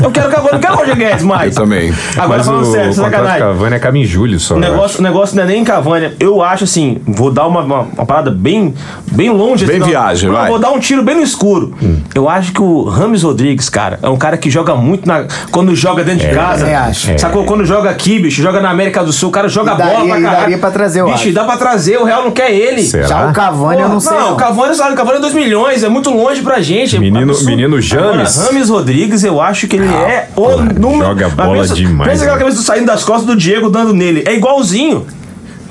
Speaker 3: Eu quero Cavani, não quero Roger Guedes mais.
Speaker 1: Eu também.
Speaker 3: Agora
Speaker 5: Mas o
Speaker 3: falando sério,
Speaker 5: contrato
Speaker 3: sem sacanagem.
Speaker 5: do Cavani acaba em julho só.
Speaker 3: O
Speaker 5: eu
Speaker 3: negócio, o negócio não é nem Cavani. Eu acho assim, vou dar uma, uma, uma parada bem, bem longe.
Speaker 1: Bem
Speaker 3: assim, não.
Speaker 1: viagem,
Speaker 3: Não,
Speaker 1: vai. Hum.
Speaker 3: Vou dar um tiro bem no escuro. Eu acho que o Rames Rodrigues, cara, é um cara que joga muito na, quando joga dentro
Speaker 1: É,
Speaker 3: de casa.
Speaker 4: também é, acho.
Speaker 3: Sacou? Quando joga aqui, bicho, joga na América do Sul, o cara joga
Speaker 4: E daria-
Speaker 3: bola pra
Speaker 4: e
Speaker 3: caralho.
Speaker 4: daria pra trazer, eu
Speaker 3: Bicho,
Speaker 4: acho.
Speaker 3: dá pra trazer, o Real não quer ele.
Speaker 5: Será?
Speaker 4: Já o Cavani, eu
Speaker 3: Porra,
Speaker 4: não sei.
Speaker 3: o Cavani, sabe, o Cavani é 2 milhões, é muito longe pra gente. é
Speaker 5: Menino-
Speaker 3: absurdo.
Speaker 5: menino James. Ah,
Speaker 3: Agora, Rames Rodrigues, eu acho que ele é o número.
Speaker 5: joga
Speaker 3: Mas
Speaker 5: bola
Speaker 3: pensa,
Speaker 5: demais,
Speaker 3: Pensa aquela
Speaker 5: né?
Speaker 3: cabeça do saindo das costas do Diego dando nele. É igualzinho.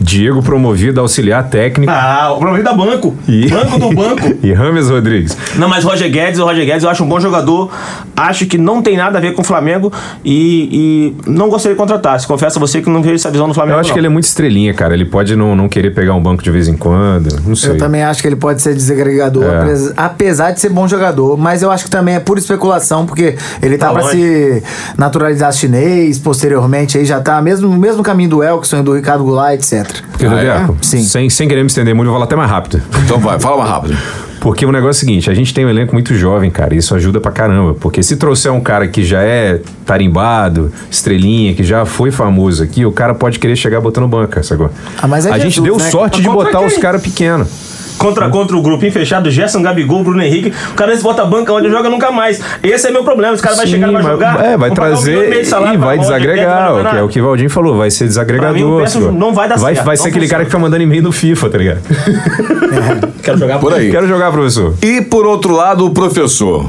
Speaker 5: Diego promovido a auxiliar técnico
Speaker 3: Ah, o problema é da banco.
Speaker 5: E-
Speaker 3: Banco do banco.
Speaker 5: e Rames Rodrigues.
Speaker 3: Não, mas Roger Guedes, o Roger Guedes eu acho um bom jogador. Acho que não tem nada a ver com o Flamengo e, e não gostaria de contratar. Se confesso a você que não vejo essa visão do Flamengo.
Speaker 5: Eu acho
Speaker 3: não.
Speaker 5: que ele é muito estrelinha, cara. Ele pode não, não querer pegar um banco de vez em quando. Não sei.
Speaker 4: Eu também acho que ele pode ser desagregador,
Speaker 5: É.
Speaker 4: apres- apesar de ser bom jogador, mas eu acho que também é pura especulação, porque ele tá,
Speaker 3: Tá
Speaker 4: pra
Speaker 3: longe.
Speaker 4: se naturalizar chinês, posteriormente aí já tá mesmo no mesmo caminho do Elkson e do Ricardo Goulart, etc.
Speaker 3: Ah, é?
Speaker 5: Porque, Roberto,
Speaker 4: Sim.
Speaker 5: sem, sem querer me estender muito, eu vou falar até mais rápido.
Speaker 1: Então vai, fala mais rápido.
Speaker 5: Porque o negócio é o seguinte, a gente tem um elenco muito jovem, cara, e isso ajuda pra caramba. Porque se trouxer um cara que já é tarimbado, estrelinha, que já foi famoso aqui, o cara pode querer chegar botando banca, sacou?
Speaker 4: Ah, mas é
Speaker 5: a gente
Speaker 4: Jesus,
Speaker 5: deu
Speaker 4: né?
Speaker 5: sorte de
Speaker 3: Contra
Speaker 5: botar
Speaker 3: quem?
Speaker 5: os caras pequenos.
Speaker 3: Contra, contra o grupinho fechado, Gerson, Gabigol, Bruno Henrique. O cara bota a banca onde joga nunca mais. Esse é meu problema. Os caras vão
Speaker 5: Sim,
Speaker 3: chegar, vai
Speaker 5: mas-
Speaker 3: jogar.
Speaker 5: É, vai
Speaker 3: vão pagar um milhão e meio
Speaker 5: trazer
Speaker 3: de salário
Speaker 5: e
Speaker 3: pra
Speaker 5: vai
Speaker 3: bola de perto, vai
Speaker 5: desagregar, o que é
Speaker 3: jogar
Speaker 5: o que o Valdinho falou, vai ser desagregador.
Speaker 3: Pra mim, o Peço
Speaker 5: sacou?
Speaker 3: não vai dar
Speaker 5: vai,
Speaker 3: certo,
Speaker 5: Vai ser
Speaker 3: não
Speaker 5: aquele
Speaker 3: funciona.
Speaker 5: cara que fica mandando e-mail no FIFA, tá ligado?
Speaker 3: nada. Quero jogar
Speaker 1: Por aí.
Speaker 5: Quero jogar, professor.
Speaker 1: E por outro lado, o professor.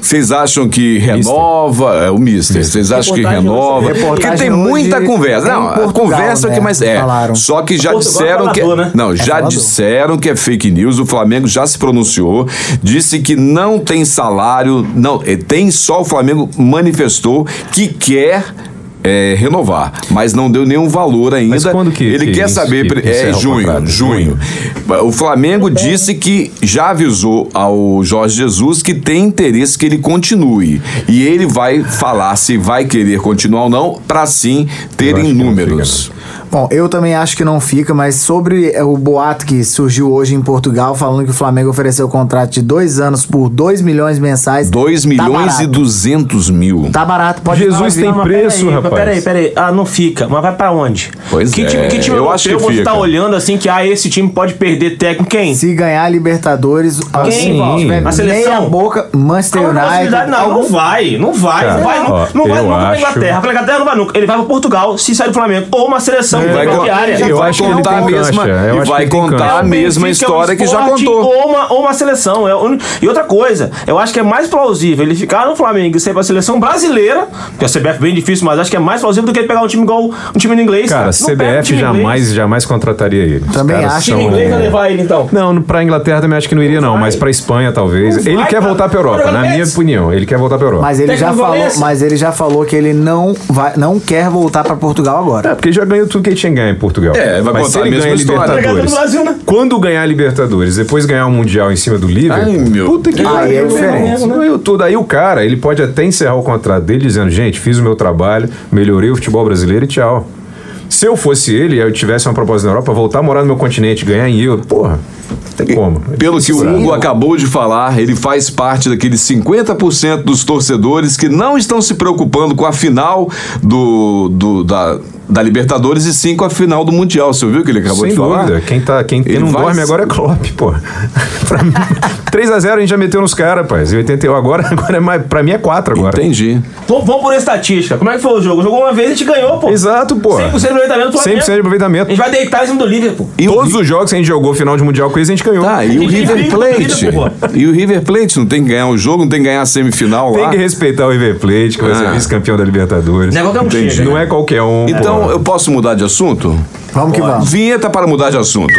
Speaker 1: Vocês acham que renova é, o Mister? Vocês acham que
Speaker 3: Reportagem
Speaker 1: renova?
Speaker 4: hoje-
Speaker 1: Porque
Speaker 4: reportagem
Speaker 1: tem muita
Speaker 4: hoje
Speaker 1: conversa.
Speaker 4: é
Speaker 1: Não,
Speaker 4: em
Speaker 1: a
Speaker 4: Portugal,
Speaker 1: conversa
Speaker 4: né?
Speaker 1: que mais é.
Speaker 4: Falaram.
Speaker 1: Só que já
Speaker 3: Portugal é
Speaker 1: disseram que
Speaker 3: falador, né?
Speaker 1: não, já
Speaker 4: falador.
Speaker 1: disseram que é fake news. O Flamengo já se pronunciou, disse que não tem salário, não é, tem só o Flamengo manifestou que quer é, renovar, mas não deu nenhum valor ainda.
Speaker 5: quando que-
Speaker 1: ele
Speaker 5: que
Speaker 1: quer
Speaker 5: isso-
Speaker 1: saber
Speaker 5: que-
Speaker 1: pre-
Speaker 5: que
Speaker 1: é
Speaker 5: encerra o
Speaker 1: junho,
Speaker 5: contrato?
Speaker 1: junho. O Flamengo disse que já avisou ao Jorge Jesus que tem interesse que ele continue. E ele vai falar se vai querer continuar ou não, para sim
Speaker 5: Eu acho
Speaker 1: terem
Speaker 5: que não né?
Speaker 1: números.
Speaker 4: Bom, eu também acho que não fica, mas sobre eh, o boato que surgiu hoje em Portugal, falando que o Flamengo ofereceu o contrato de dois anos por 2 milhões mensais. tá
Speaker 1: 2
Speaker 5: Tá
Speaker 1: milhões
Speaker 4: barato.
Speaker 1: e 200 mil.
Speaker 4: Tá barato, pode
Speaker 5: Jesus
Speaker 4: falar,
Speaker 5: tem
Speaker 4: viu?
Speaker 3: mas
Speaker 5: preço,
Speaker 3: peraí,
Speaker 5: rapaz.
Speaker 3: Peraí, peraí. Ah, não fica. Mas vai pra onde?
Speaker 1: Pois
Speaker 3: que
Speaker 1: é,
Speaker 3: time, que time
Speaker 1: eu
Speaker 3: europeu
Speaker 1: acho que
Speaker 3: você
Speaker 1: fica.
Speaker 3: tá olhando assim que ah, esse time pode perder técnico? Quem?
Speaker 4: Se ganhar a Libertadores, assim,
Speaker 5: sim.
Speaker 4: tiver
Speaker 5: A
Speaker 4: meia
Speaker 3: seleção? Ah,
Speaker 4: boca, Manchester
Speaker 3: Não,
Speaker 4: United.
Speaker 3: possibilidade, não, não
Speaker 4: algum-
Speaker 3: vai, não vai,
Speaker 5: Cara,
Speaker 3: não vai, não,
Speaker 5: ó,
Speaker 3: não vai
Speaker 5: eu
Speaker 3: nunca pra
Speaker 5: acho-
Speaker 3: Inglaterra. Pra Inglaterra não vai nunca. Ele vai pra Portugal, se sair do Flamengo, ou uma seleção
Speaker 1: Vai con-
Speaker 3: bloqueária.
Speaker 1: e vai
Speaker 5: acho que ele
Speaker 1: contar
Speaker 5: tem
Speaker 1: a mesma,
Speaker 5: cancha, eu
Speaker 1: e
Speaker 5: acho que
Speaker 1: vai
Speaker 5: ele tem cancha.
Speaker 1: contar a
Speaker 5: É o
Speaker 1: mesma
Speaker 3: Benfica,
Speaker 1: história
Speaker 3: o
Speaker 1: que já
Speaker 3: Sporting,
Speaker 1: contou.
Speaker 3: um Ou uma, ou uma seleção. É, un- e outra coisa, eu acho que é mais plausível ele ficar no Flamengo e sair pra seleção brasileira, porque a CBF é bem difícil, mas acho que é mais plausível do que ele pegar um time igual um time do inglês.
Speaker 5: Cara,
Speaker 3: Não pega um
Speaker 5: CBF
Speaker 3: time inglês.
Speaker 5: jamais, jamais contrataria ele. Os
Speaker 4: Também
Speaker 5: caras
Speaker 4: acho.
Speaker 5: são-
Speaker 4: Time
Speaker 3: inglês vai levar ele então.
Speaker 5: Não, no- pra Inglaterra também acho que não iria, não, mas pra Espanha talvez.
Speaker 3: Não
Speaker 5: Ele
Speaker 3: vai,
Speaker 5: quer
Speaker 3: cara.
Speaker 5: voltar pra Europa,
Speaker 3: Joga
Speaker 5: na minha
Speaker 3: Betis.
Speaker 5: opinião. Ele quer voltar pra Europa.
Speaker 4: Mas ele, já
Speaker 3: Técnico
Speaker 4: falou,
Speaker 3: Valencia.
Speaker 4: mas ele já falou que ele não, vai, não quer voltar pra Portugal agora.
Speaker 5: É, porque já ganhou tudo que ele tinha que ganhar em Portugal.
Speaker 1: É, vai
Speaker 5: Mas
Speaker 1: contar
Speaker 5: se
Speaker 1: a
Speaker 5: ele
Speaker 1: mesma
Speaker 5: ganha
Speaker 1: história.
Speaker 3: Obrigado pelo
Speaker 5: Libertadores.
Speaker 3: Brasil, né?
Speaker 5: Quando ganhar a Libertadores, depois ganhar o Mundial em cima do Liverpool,
Speaker 1: Ai, meu
Speaker 5: puta que
Speaker 1: Deus.
Speaker 4: Aí é
Speaker 5: pariu,
Speaker 4: diferente,
Speaker 5: irmão. Ganhou tudo. Aí o cara, ele pode até encerrar o contrato dele dizendo, gente, fiz o meu trabalho, melhorei o futebol brasileiro e tchau. Se eu fosse ele e eu tivesse uma proposta na Europa, voltar a morar no meu continente, ganhar em euro, porra, não tem como.
Speaker 1: Pelo que o Hugo acabou de falar, ele faz parte daqueles 50% dos torcedores que não estão se preocupando com a final do, do- da, da Libertadores e sim com a final do Mundial. Você ouviu o que ele acabou
Speaker 5: Sem
Speaker 1: de falar?
Speaker 5: dúvida. Quem, tá, quem, quem
Speaker 1: Ele
Speaker 5: não
Speaker 1: vai-
Speaker 5: dorme agora é Klopp, pô. pra mim, 3x0 a gente já meteu nos caras, rapaz. Em 81 agora, agora é mais, pra mim é 4 agora.
Speaker 1: Entendi.
Speaker 3: Vamos, vamos por estatística. Como é que foi o jogo? Jogou uma vez e te ganhou, pô.
Speaker 5: Exato, pô.
Speaker 3: 100% de aproveitamento do
Speaker 5: 100% de
Speaker 3: tá Flamengo. A
Speaker 5: aproveitamento.
Speaker 3: gente vai deitar em cima do Liverpool.
Speaker 1: E o
Speaker 5: Todos os jogos que a gente jogou final de Mundial com eles, a gente ganhou.
Speaker 1: Tá, e o
Speaker 3: E
Speaker 1: River
Speaker 3: fica-
Speaker 1: Plate?
Speaker 3: fica, porra.
Speaker 1: E o River Plate não tem que ganhar o jogo, não tem que ganhar a semifinal
Speaker 5: Tem
Speaker 1: lá?
Speaker 5: que respeitar o River Plate, que vai ser
Speaker 1: Ah.
Speaker 5: vice-campeão da Libertadores.
Speaker 3: Não é qualquer um que
Speaker 5: Entendi.
Speaker 3: chega.
Speaker 5: Não é qualquer um.
Speaker 1: Então,
Speaker 5: pô.
Speaker 1: eu posso mudar de assunto?
Speaker 4: Vamos que
Speaker 5: Ah.
Speaker 4: vamos.
Speaker 1: Vinheta para mudar de assunto.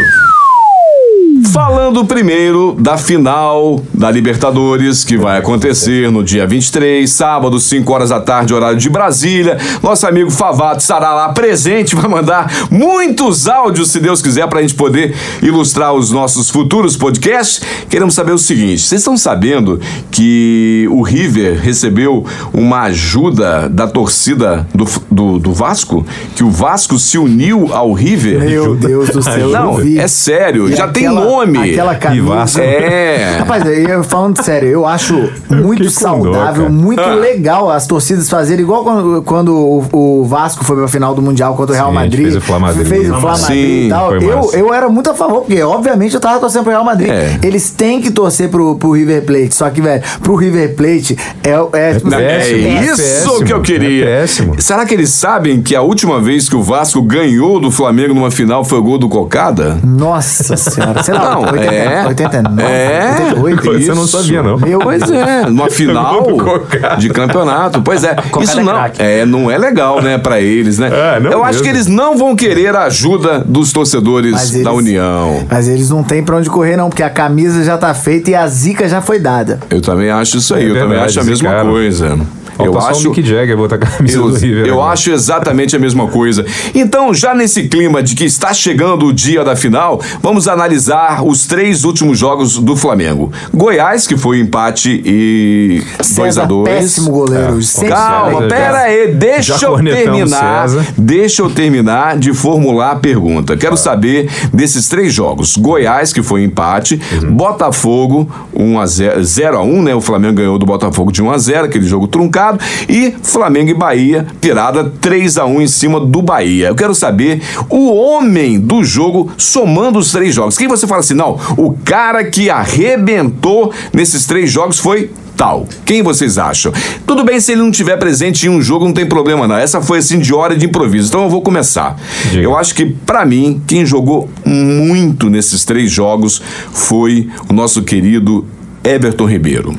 Speaker 1: Falando primeiro da final da Libertadores, que vai acontecer no dia 23, sábado, 5 horas da tarde, horário de Brasília. Nosso amigo Favato estará lá presente, vai mandar muitos áudios, se Deus quiser, para a gente poder ilustrar os nossos futuros podcasts. Queremos saber o seguinte: vocês estão sabendo que o River recebeu uma ajuda da torcida do, do, do Vasco? Que o Vasco se uniu ao River?
Speaker 4: Meu Deus do céu, eu
Speaker 1: Não,
Speaker 4: vi.
Speaker 1: é sério,
Speaker 4: E
Speaker 1: já tem
Speaker 4: aquela-
Speaker 1: nome.
Speaker 4: Aquela camisa.
Speaker 5: Vasco.
Speaker 1: É.
Speaker 4: Rapaz, eu falando sério, eu acho muito
Speaker 5: com dó,
Speaker 4: saudável,
Speaker 5: cara.
Speaker 4: muito
Speaker 1: Ah.
Speaker 4: legal as torcidas fazerem igual quando, quando o, o Vasco foi pra final do Mundial contra o Real
Speaker 5: Sim, a gente
Speaker 4: Madrid.
Speaker 5: fez o Flá Madrid.
Speaker 4: Fez o Flá
Speaker 1: Sim,
Speaker 4: Madrid e tal.
Speaker 5: foi
Speaker 4: Eu,
Speaker 5: massa.
Speaker 4: eu era muito a favor, porque obviamente eu tava torcendo pro Real Madrid.
Speaker 1: É.
Speaker 4: Eles têm que torcer pro, pro River Plate, só que, velho, pro River Plate é, é, tipo,
Speaker 1: Não, é
Speaker 5: Péssimo, é
Speaker 1: isso
Speaker 5: péssimo,
Speaker 1: que eu queria.
Speaker 5: é péssimo.
Speaker 1: Será que eles sabem que a última vez que o Vasco ganhou do Flamengo numa final foi o gol do Cocada?
Speaker 4: Nossa senhora, sei lá,
Speaker 1: Não,
Speaker 4: 80,
Speaker 1: é.
Speaker 4: 89,
Speaker 1: É.
Speaker 4: 88.
Speaker 5: Coisa que eu não sabia, não.
Speaker 4: Meu
Speaker 1: Pois é, numa final
Speaker 5: do Cocada.
Speaker 1: de campeonato. Pois é, isso
Speaker 3: é
Speaker 1: não
Speaker 3: craque.
Speaker 1: é, não é legal, né, pra eles, né?
Speaker 5: É, não
Speaker 1: Eu acho
Speaker 5: mesmo.
Speaker 1: que eles não vão querer a ajuda dos torcedores
Speaker 4: Mas eles-
Speaker 1: da União.
Speaker 4: Mas eles não têm pra onde correr, não, porque a camisa já tá feita e a zica já foi dada.
Speaker 1: Eu também acho isso aí, eu
Speaker 5: É
Speaker 1: também
Speaker 5: verdade,
Speaker 1: acho a mesma
Speaker 5: zicaram.
Speaker 1: coisa. eu
Speaker 5: passar
Speaker 1: acho.
Speaker 5: o Mick Jagger botar a camisa
Speaker 1: Eu,
Speaker 5: do River.
Speaker 1: eu
Speaker 5: agora.
Speaker 1: acho exatamente a mesma coisa. Então, já nesse clima de que está chegando o dia da final, vamos analisar os três últimos jogos do Flamengo. Goiás, que foi um empate e 2
Speaker 4: César,
Speaker 1: a 2
Speaker 4: péssimo goleiro. sempre
Speaker 1: Calma,
Speaker 5: César,
Speaker 1: pera
Speaker 5: já-
Speaker 1: aí, deixa
Speaker 5: já
Speaker 1: eu
Speaker 5: cornetamos
Speaker 1: terminar.
Speaker 5: César. Tá.
Speaker 1: Deixa eu terminar de formular a pergunta. Quero saber desses três jogos: Goiás, que foi um empate,
Speaker 5: Uhum.
Speaker 1: Botafogo, 1x0, 0x1, né? O Flamengo ganhou do Botafogo de 1x0, aquele jogo truncado, e Flamengo e Bahia, pirada 3x1 em cima do Bahia. Eu quero saber o homem do jogo somando os três jogos. Quem você fala assim, não, o cara que arrebentou nesses três jogos foi tal. Quem vocês acham? Tudo bem se ele não tiver presente em um jogo, não tem problema não. Essa foi assim de hora de improviso. Então eu vou começar.
Speaker 5: Diga.
Speaker 1: Eu acho que pra mim quem jogou muito nesses três jogos foi o nosso querido Everton Ribeiro.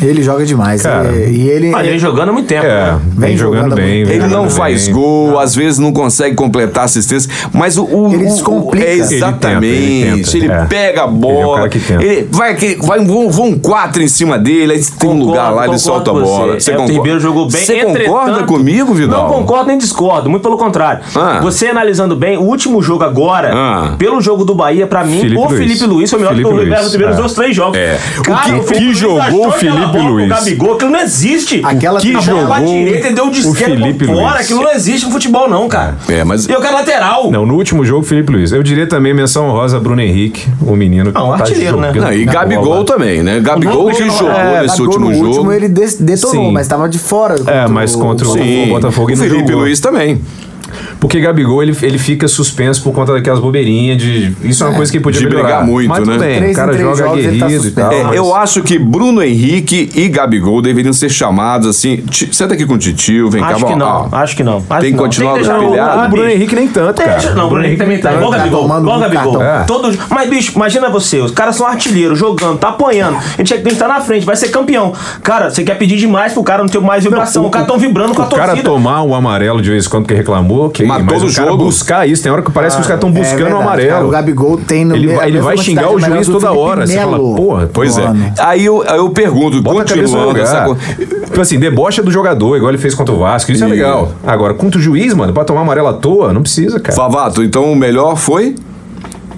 Speaker 4: Ele joga demais. é,
Speaker 5: Cara,
Speaker 4: e, e ele.
Speaker 3: Ah, ele jogando há muito tempo.
Speaker 5: É,
Speaker 3: né?
Speaker 5: vem jogando
Speaker 4: jogando
Speaker 5: bem.
Speaker 4: muito.
Speaker 5: vem
Speaker 1: Ele não
Speaker 5: jogando
Speaker 1: faz
Speaker 5: bem.
Speaker 1: gol, às vezes não consegue completar assistência, mas o, o-
Speaker 4: Ele
Speaker 1: o- o-
Speaker 4: descomplica.
Speaker 1: é
Speaker 4: Ele
Speaker 5: tenta,
Speaker 1: exatamente. Ele,
Speaker 5: ele tenta, é.
Speaker 1: pega a
Speaker 5: Ele é o
Speaker 1: bola.
Speaker 5: cara que tenta.
Speaker 1: ele- vai aqui, vai um, vão quatro em cima dele, aí tem um
Speaker 3: Concordo,
Speaker 1: lugar lá, ele
Speaker 3: concordo
Speaker 1: solta a
Speaker 3: com
Speaker 1: bola.
Speaker 3: Você. Everton Ribeiro jogou bem.
Speaker 1: Você concorda
Speaker 3: Entretanto,
Speaker 1: comigo, Vidal?
Speaker 3: Não concordo nem discordo, muito pelo contrário.
Speaker 1: Ah.
Speaker 3: Você analisando bem, o último jogo agora,
Speaker 1: Ah.
Speaker 3: pelo jogo do Bahia, pra mim,
Speaker 5: Felipe
Speaker 3: o
Speaker 5: Luiz.
Speaker 3: Felipe Luiz foi melhor
Speaker 5: Felipe
Speaker 3: que o
Speaker 5: Luiz,
Speaker 3: Roberto Ribeiro
Speaker 5: é.
Speaker 3: nos três jogos.
Speaker 1: É. O
Speaker 5: que- que jogou
Speaker 3: achou
Speaker 5: o
Speaker 3: aquela
Speaker 5: Felipe
Speaker 3: bola pro
Speaker 5: Luiz?
Speaker 3: Gabigol, aquilo não existe.
Speaker 4: Aquela
Speaker 5: que
Speaker 3: A bola pra
Speaker 5: jogou
Speaker 3: direita, ele deu um
Speaker 5: o
Speaker 3: disquete pra
Speaker 5: Felipe
Speaker 3: fora,
Speaker 5: Luiz?
Speaker 3: aquilo não existe no futebol não, cara.
Speaker 1: É, mas-
Speaker 3: E eu quero lateral.
Speaker 5: Não, no último jogo, Felipe Luiz. Eu diria também menção honrosa a Bruno Henrique, o menino que
Speaker 3: Não,
Speaker 5: tá
Speaker 3: artilheiro,
Speaker 5: jogando
Speaker 3: né?
Speaker 1: Não, e
Speaker 5: bola.
Speaker 1: Gabigol também, né? Gabigol
Speaker 3: não,
Speaker 1: que
Speaker 3: não,
Speaker 1: jogou
Speaker 4: É,
Speaker 1: nesse
Speaker 4: Gabigol
Speaker 1: último
Speaker 4: no
Speaker 1: jogo.
Speaker 4: último ele des- detonou,
Speaker 5: Sim.
Speaker 4: mas tava de fora.
Speaker 5: É,
Speaker 4: contra
Speaker 5: mas contra o,
Speaker 1: Sim.
Speaker 5: o Botafogo
Speaker 1: o
Speaker 5: ele não
Speaker 1: Felipe
Speaker 5: jogou.
Speaker 1: Luiz também.
Speaker 5: Porque Gabigol, ele, ele fica suspenso por conta daquelas bobeirinhas de... Isso é uma coisa que podia
Speaker 1: de
Speaker 5: melhorar.
Speaker 1: brigar muito,
Speaker 5: mas, tudo
Speaker 1: né?
Speaker 5: Bem,
Speaker 4: Três
Speaker 5: o cara
Speaker 4: em três
Speaker 5: joga
Speaker 4: jogos ele tá
Speaker 5: aguerrido e tal.
Speaker 4: suspenso.
Speaker 1: É,
Speaker 5: mas-
Speaker 1: eu acho que Bruno Henrique e Gabigol deveriam ser chamados assim. "Ti- Senta aqui com o titio, vem cá,
Speaker 3: Acho que
Speaker 1: vamos- Ah,
Speaker 3: não,
Speaker 1: ó,
Speaker 3: acho que não. Acho
Speaker 1: Tem que
Speaker 3: não.
Speaker 1: continuar
Speaker 3: deixar o-
Speaker 1: pilhado?
Speaker 5: Ah,
Speaker 3: o
Speaker 5: Bruno
Speaker 3: bicho.
Speaker 5: Henrique nem tanto, cara.
Speaker 3: Deixa- Não, o Bruno Henrique também tá. Igual
Speaker 4: Tá
Speaker 3: Gabigol.
Speaker 4: tomando
Speaker 3: Igual
Speaker 4: um
Speaker 3: Gabigol.
Speaker 5: cartão. É.
Speaker 3: Todo... Mas, bicho, imagina você. Os caras são artilheiros, jogando, tá apanhando. A gente tem que estar na frente, vai ser campeão. Cara, você quer pedir demais pro cara não ter mais vibração. o cara tão vibrando com a
Speaker 5: O cara
Speaker 3: torcida.
Speaker 5: tomar o amarelo de vez em quando que reclamou, ok.
Speaker 1: Matou
Speaker 5: mas
Speaker 1: no
Speaker 5: o cara
Speaker 1: jogo.
Speaker 5: buscar isso, tem hora que parece que os
Speaker 1: Um
Speaker 5: caras estão
Speaker 4: É
Speaker 5: buscando o
Speaker 4: verdade,
Speaker 5: amarelo.
Speaker 4: cara, o Gabigol tem no
Speaker 5: Ele
Speaker 4: me-
Speaker 5: vai- ele
Speaker 4: a
Speaker 5: vai
Speaker 4: mesma
Speaker 5: xingar
Speaker 4: quantidade
Speaker 5: o
Speaker 4: de
Speaker 5: juiz
Speaker 4: amarelo do
Speaker 5: toda
Speaker 4: Felipe
Speaker 5: hora, você fala,
Speaker 4: Melo.
Speaker 5: porra,
Speaker 1: Pois é.
Speaker 4: Mano.
Speaker 1: Aí eu, aí eu pergunto,
Speaker 5: Bota a cabeça no
Speaker 1: continuando essa
Speaker 5: lugar.
Speaker 1: coisa.
Speaker 5: Tipo assim, debocha do jogador, igual ele fez contra o Vasco. Isso é
Speaker 1: E-
Speaker 5: legal. Agora, contra o juiz, mano, pra tomar amarelo à toa, não precisa, cara.
Speaker 1: Favato, então o melhor foi?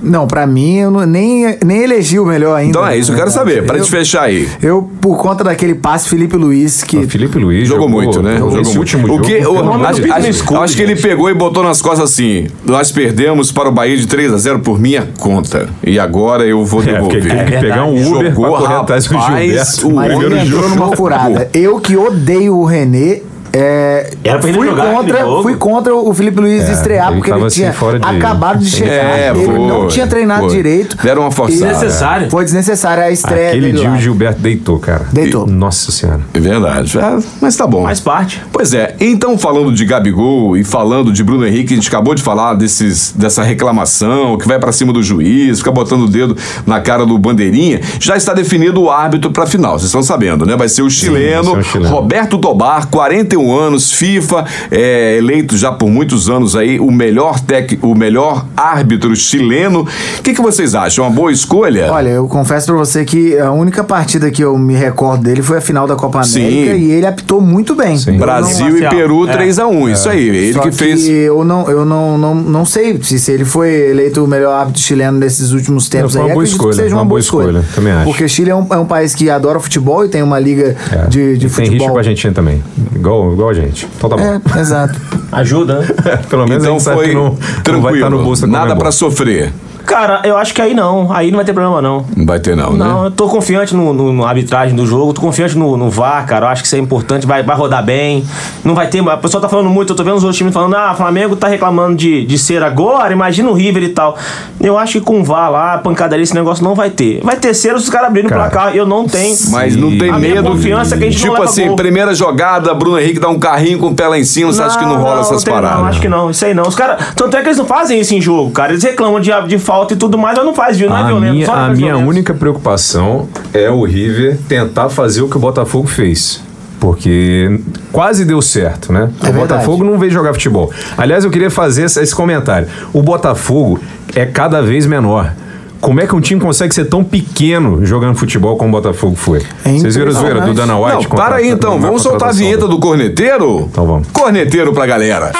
Speaker 4: Não, pra mim, eu não- nem, nem elegi o melhor ainda.
Speaker 1: Então é isso, eu quero
Speaker 4: Na
Speaker 1: saber,
Speaker 4: verdade.
Speaker 1: pra te fechar aí.
Speaker 4: Eu, por conta daquele passe Felipe Luiz, que
Speaker 5: O Felipe Luiz
Speaker 1: Jogou, muito, né? Jogou
Speaker 5: esse
Speaker 1: muito.
Speaker 5: último
Speaker 1: o
Speaker 5: jogo.
Speaker 1: que,
Speaker 5: pelo
Speaker 1: o,
Speaker 5: amor
Speaker 1: acho,
Speaker 5: de Deus.
Speaker 1: acho- acho que ele pegou e botou nas costas assim: nós perdemos para o Bahia de 3 a 0 por minha conta. E agora eu vou
Speaker 5: É, porque
Speaker 1: devolver.
Speaker 5: ele teve que pegar um
Speaker 1: verdade.
Speaker 5: Uber
Speaker 1: Jogou,
Speaker 5: pra correr atrás do
Speaker 1: rapaz,
Speaker 5: Gilberto.
Speaker 1: o
Speaker 5: no
Speaker 4: mas
Speaker 5: primeiro
Speaker 4: ele
Speaker 5: jogo.
Speaker 4: entrou numa furada. Eu que odeio o René. é,
Speaker 3: Era pra ele
Speaker 4: fui,
Speaker 3: jogar
Speaker 4: contra,
Speaker 3: aquele jogo.
Speaker 4: fui contra o Felipe Luiz estrear,
Speaker 5: ele
Speaker 4: porque
Speaker 5: tava
Speaker 4: ele
Speaker 5: assim,
Speaker 4: tinha
Speaker 5: fora de-
Speaker 4: acabado de chegar.
Speaker 1: É,
Speaker 4: ele
Speaker 1: foi,
Speaker 4: não tinha treinado
Speaker 1: foi.
Speaker 4: direito.
Speaker 1: Deram uma forçada.
Speaker 3: Desnecessário.
Speaker 4: Foi desnecessária a estreia
Speaker 5: Aquele
Speaker 4: dele
Speaker 5: dia
Speaker 4: lá.
Speaker 5: o Gilberto deitou, cara.
Speaker 4: Deitou.
Speaker 5: Nossa senhora.
Speaker 1: É verdade. É, mas tá bom.
Speaker 3: Faz parte.
Speaker 1: Pois é, então falando de Gabigol e falando de Bruno Henrique, a gente acabou de falar desses, dessa reclamação que vai pra cima do juiz, fica botando o dedo na cara do bandeirinha. Já está definido o árbitro pra final, vocês estão sabendo, né? Vai ser o chileno,
Speaker 5: vai ser o chileno.
Speaker 1: Roberto Tobar, 41 anos, FIFA, é, eleito já por muitos anos aí o melhor tec, o melhor árbitro chileno. O que, que vocês acham? Uma boa escolha?
Speaker 4: Olha, eu confesso pra você que a única partida que eu me recordo dele foi a final da Copa América
Speaker 1: Sim.
Speaker 4: e ele apitou muito bem. Eu não-
Speaker 1: Brasil e
Speaker 3: Marcelo.
Speaker 1: Peru
Speaker 3: É.
Speaker 1: 3 a 1 isso aí, ele
Speaker 4: Só
Speaker 1: que fez.
Speaker 4: Eu não, eu não, não, não sei se, se ele foi eleito o melhor árbitro chileno nesses últimos tempos.
Speaker 5: foi É uma
Speaker 4: aí.
Speaker 5: boa
Speaker 4: Acredito que
Speaker 5: escolha,
Speaker 4: seja uma, boa escolha.
Speaker 5: também acho.
Speaker 4: Porque Chile é um, é um país que adora futebol e tem uma liga
Speaker 5: É.
Speaker 4: de,
Speaker 5: E
Speaker 4: de
Speaker 5: tem rixa
Speaker 4: futebol.
Speaker 5: com a Argentina também. Igual, igual a gente. Então tá bom.
Speaker 4: É, exato.
Speaker 3: Ajuda, né?
Speaker 5: Pelo menos a
Speaker 1: Então
Speaker 5: gente sabe
Speaker 1: foi
Speaker 5: que não, não vai
Speaker 1: tranquilo,
Speaker 5: estar no é bolso da
Speaker 1: nada
Speaker 5: Conmebol.
Speaker 1: pra sofrer.
Speaker 3: Cara, eu acho que aí não. Aí não vai ter problema, não.
Speaker 1: Não vai ter não,
Speaker 3: Não,
Speaker 1: né?
Speaker 3: eu tô confiante no, no- na arbitragem do jogo, tô confiante no, no VAR, cara. Eu acho que isso é importante, vai, vai rodar bem. Não vai ter. O pessoal tá falando muito, eu tô vendo os outros times falando, ah, Flamengo tá reclamando de, de ser agora, imagina o River e tal. Eu acho que com o VAR lá, pancadaria, esse negócio não vai ter. Vai ter ser os caras abrindo
Speaker 5: Cara,
Speaker 3: pra cá, eu não tenho.
Speaker 1: Mas não tem
Speaker 5: A minha
Speaker 1: medo.
Speaker 3: confiança é que a gente não
Speaker 1: tipo
Speaker 3: leva
Speaker 1: assim,
Speaker 3: gol.
Speaker 1: primeira jogada, Bruno Henrique dá um carrinho com o pé lá em cima, você acha que não rola essas
Speaker 3: tem,
Speaker 1: paradas?
Speaker 3: Não, acho que não, isso aí não. Os caras. Tanto é que eles não fazem isso em jogo, cara. Eles reclamam de, de falta e tudo mais, mas não faz, viu? Não é
Speaker 5: a
Speaker 3: violento.
Speaker 5: minha,
Speaker 3: só não
Speaker 5: a
Speaker 3: faz
Speaker 5: minha
Speaker 3: violento.
Speaker 5: única preocupação é o River tentar fazer o que o Botafogo fez. Porque quase deu certo, né? o
Speaker 4: É verdade.
Speaker 5: Botafogo não veio jogar futebol. Aliás, eu queria fazer essa- esse comentário. O Botafogo é cada vez menor. Como é que um time consegue ser tão pequeno jogando futebol como o Botafogo foi?
Speaker 4: É
Speaker 5: Vocês viram a zoeira do Dana White?
Speaker 1: Não, para aí então, vamos soltar a vinheta do corneteiro?
Speaker 5: Então vamos.
Speaker 1: Corneteiro pra galera.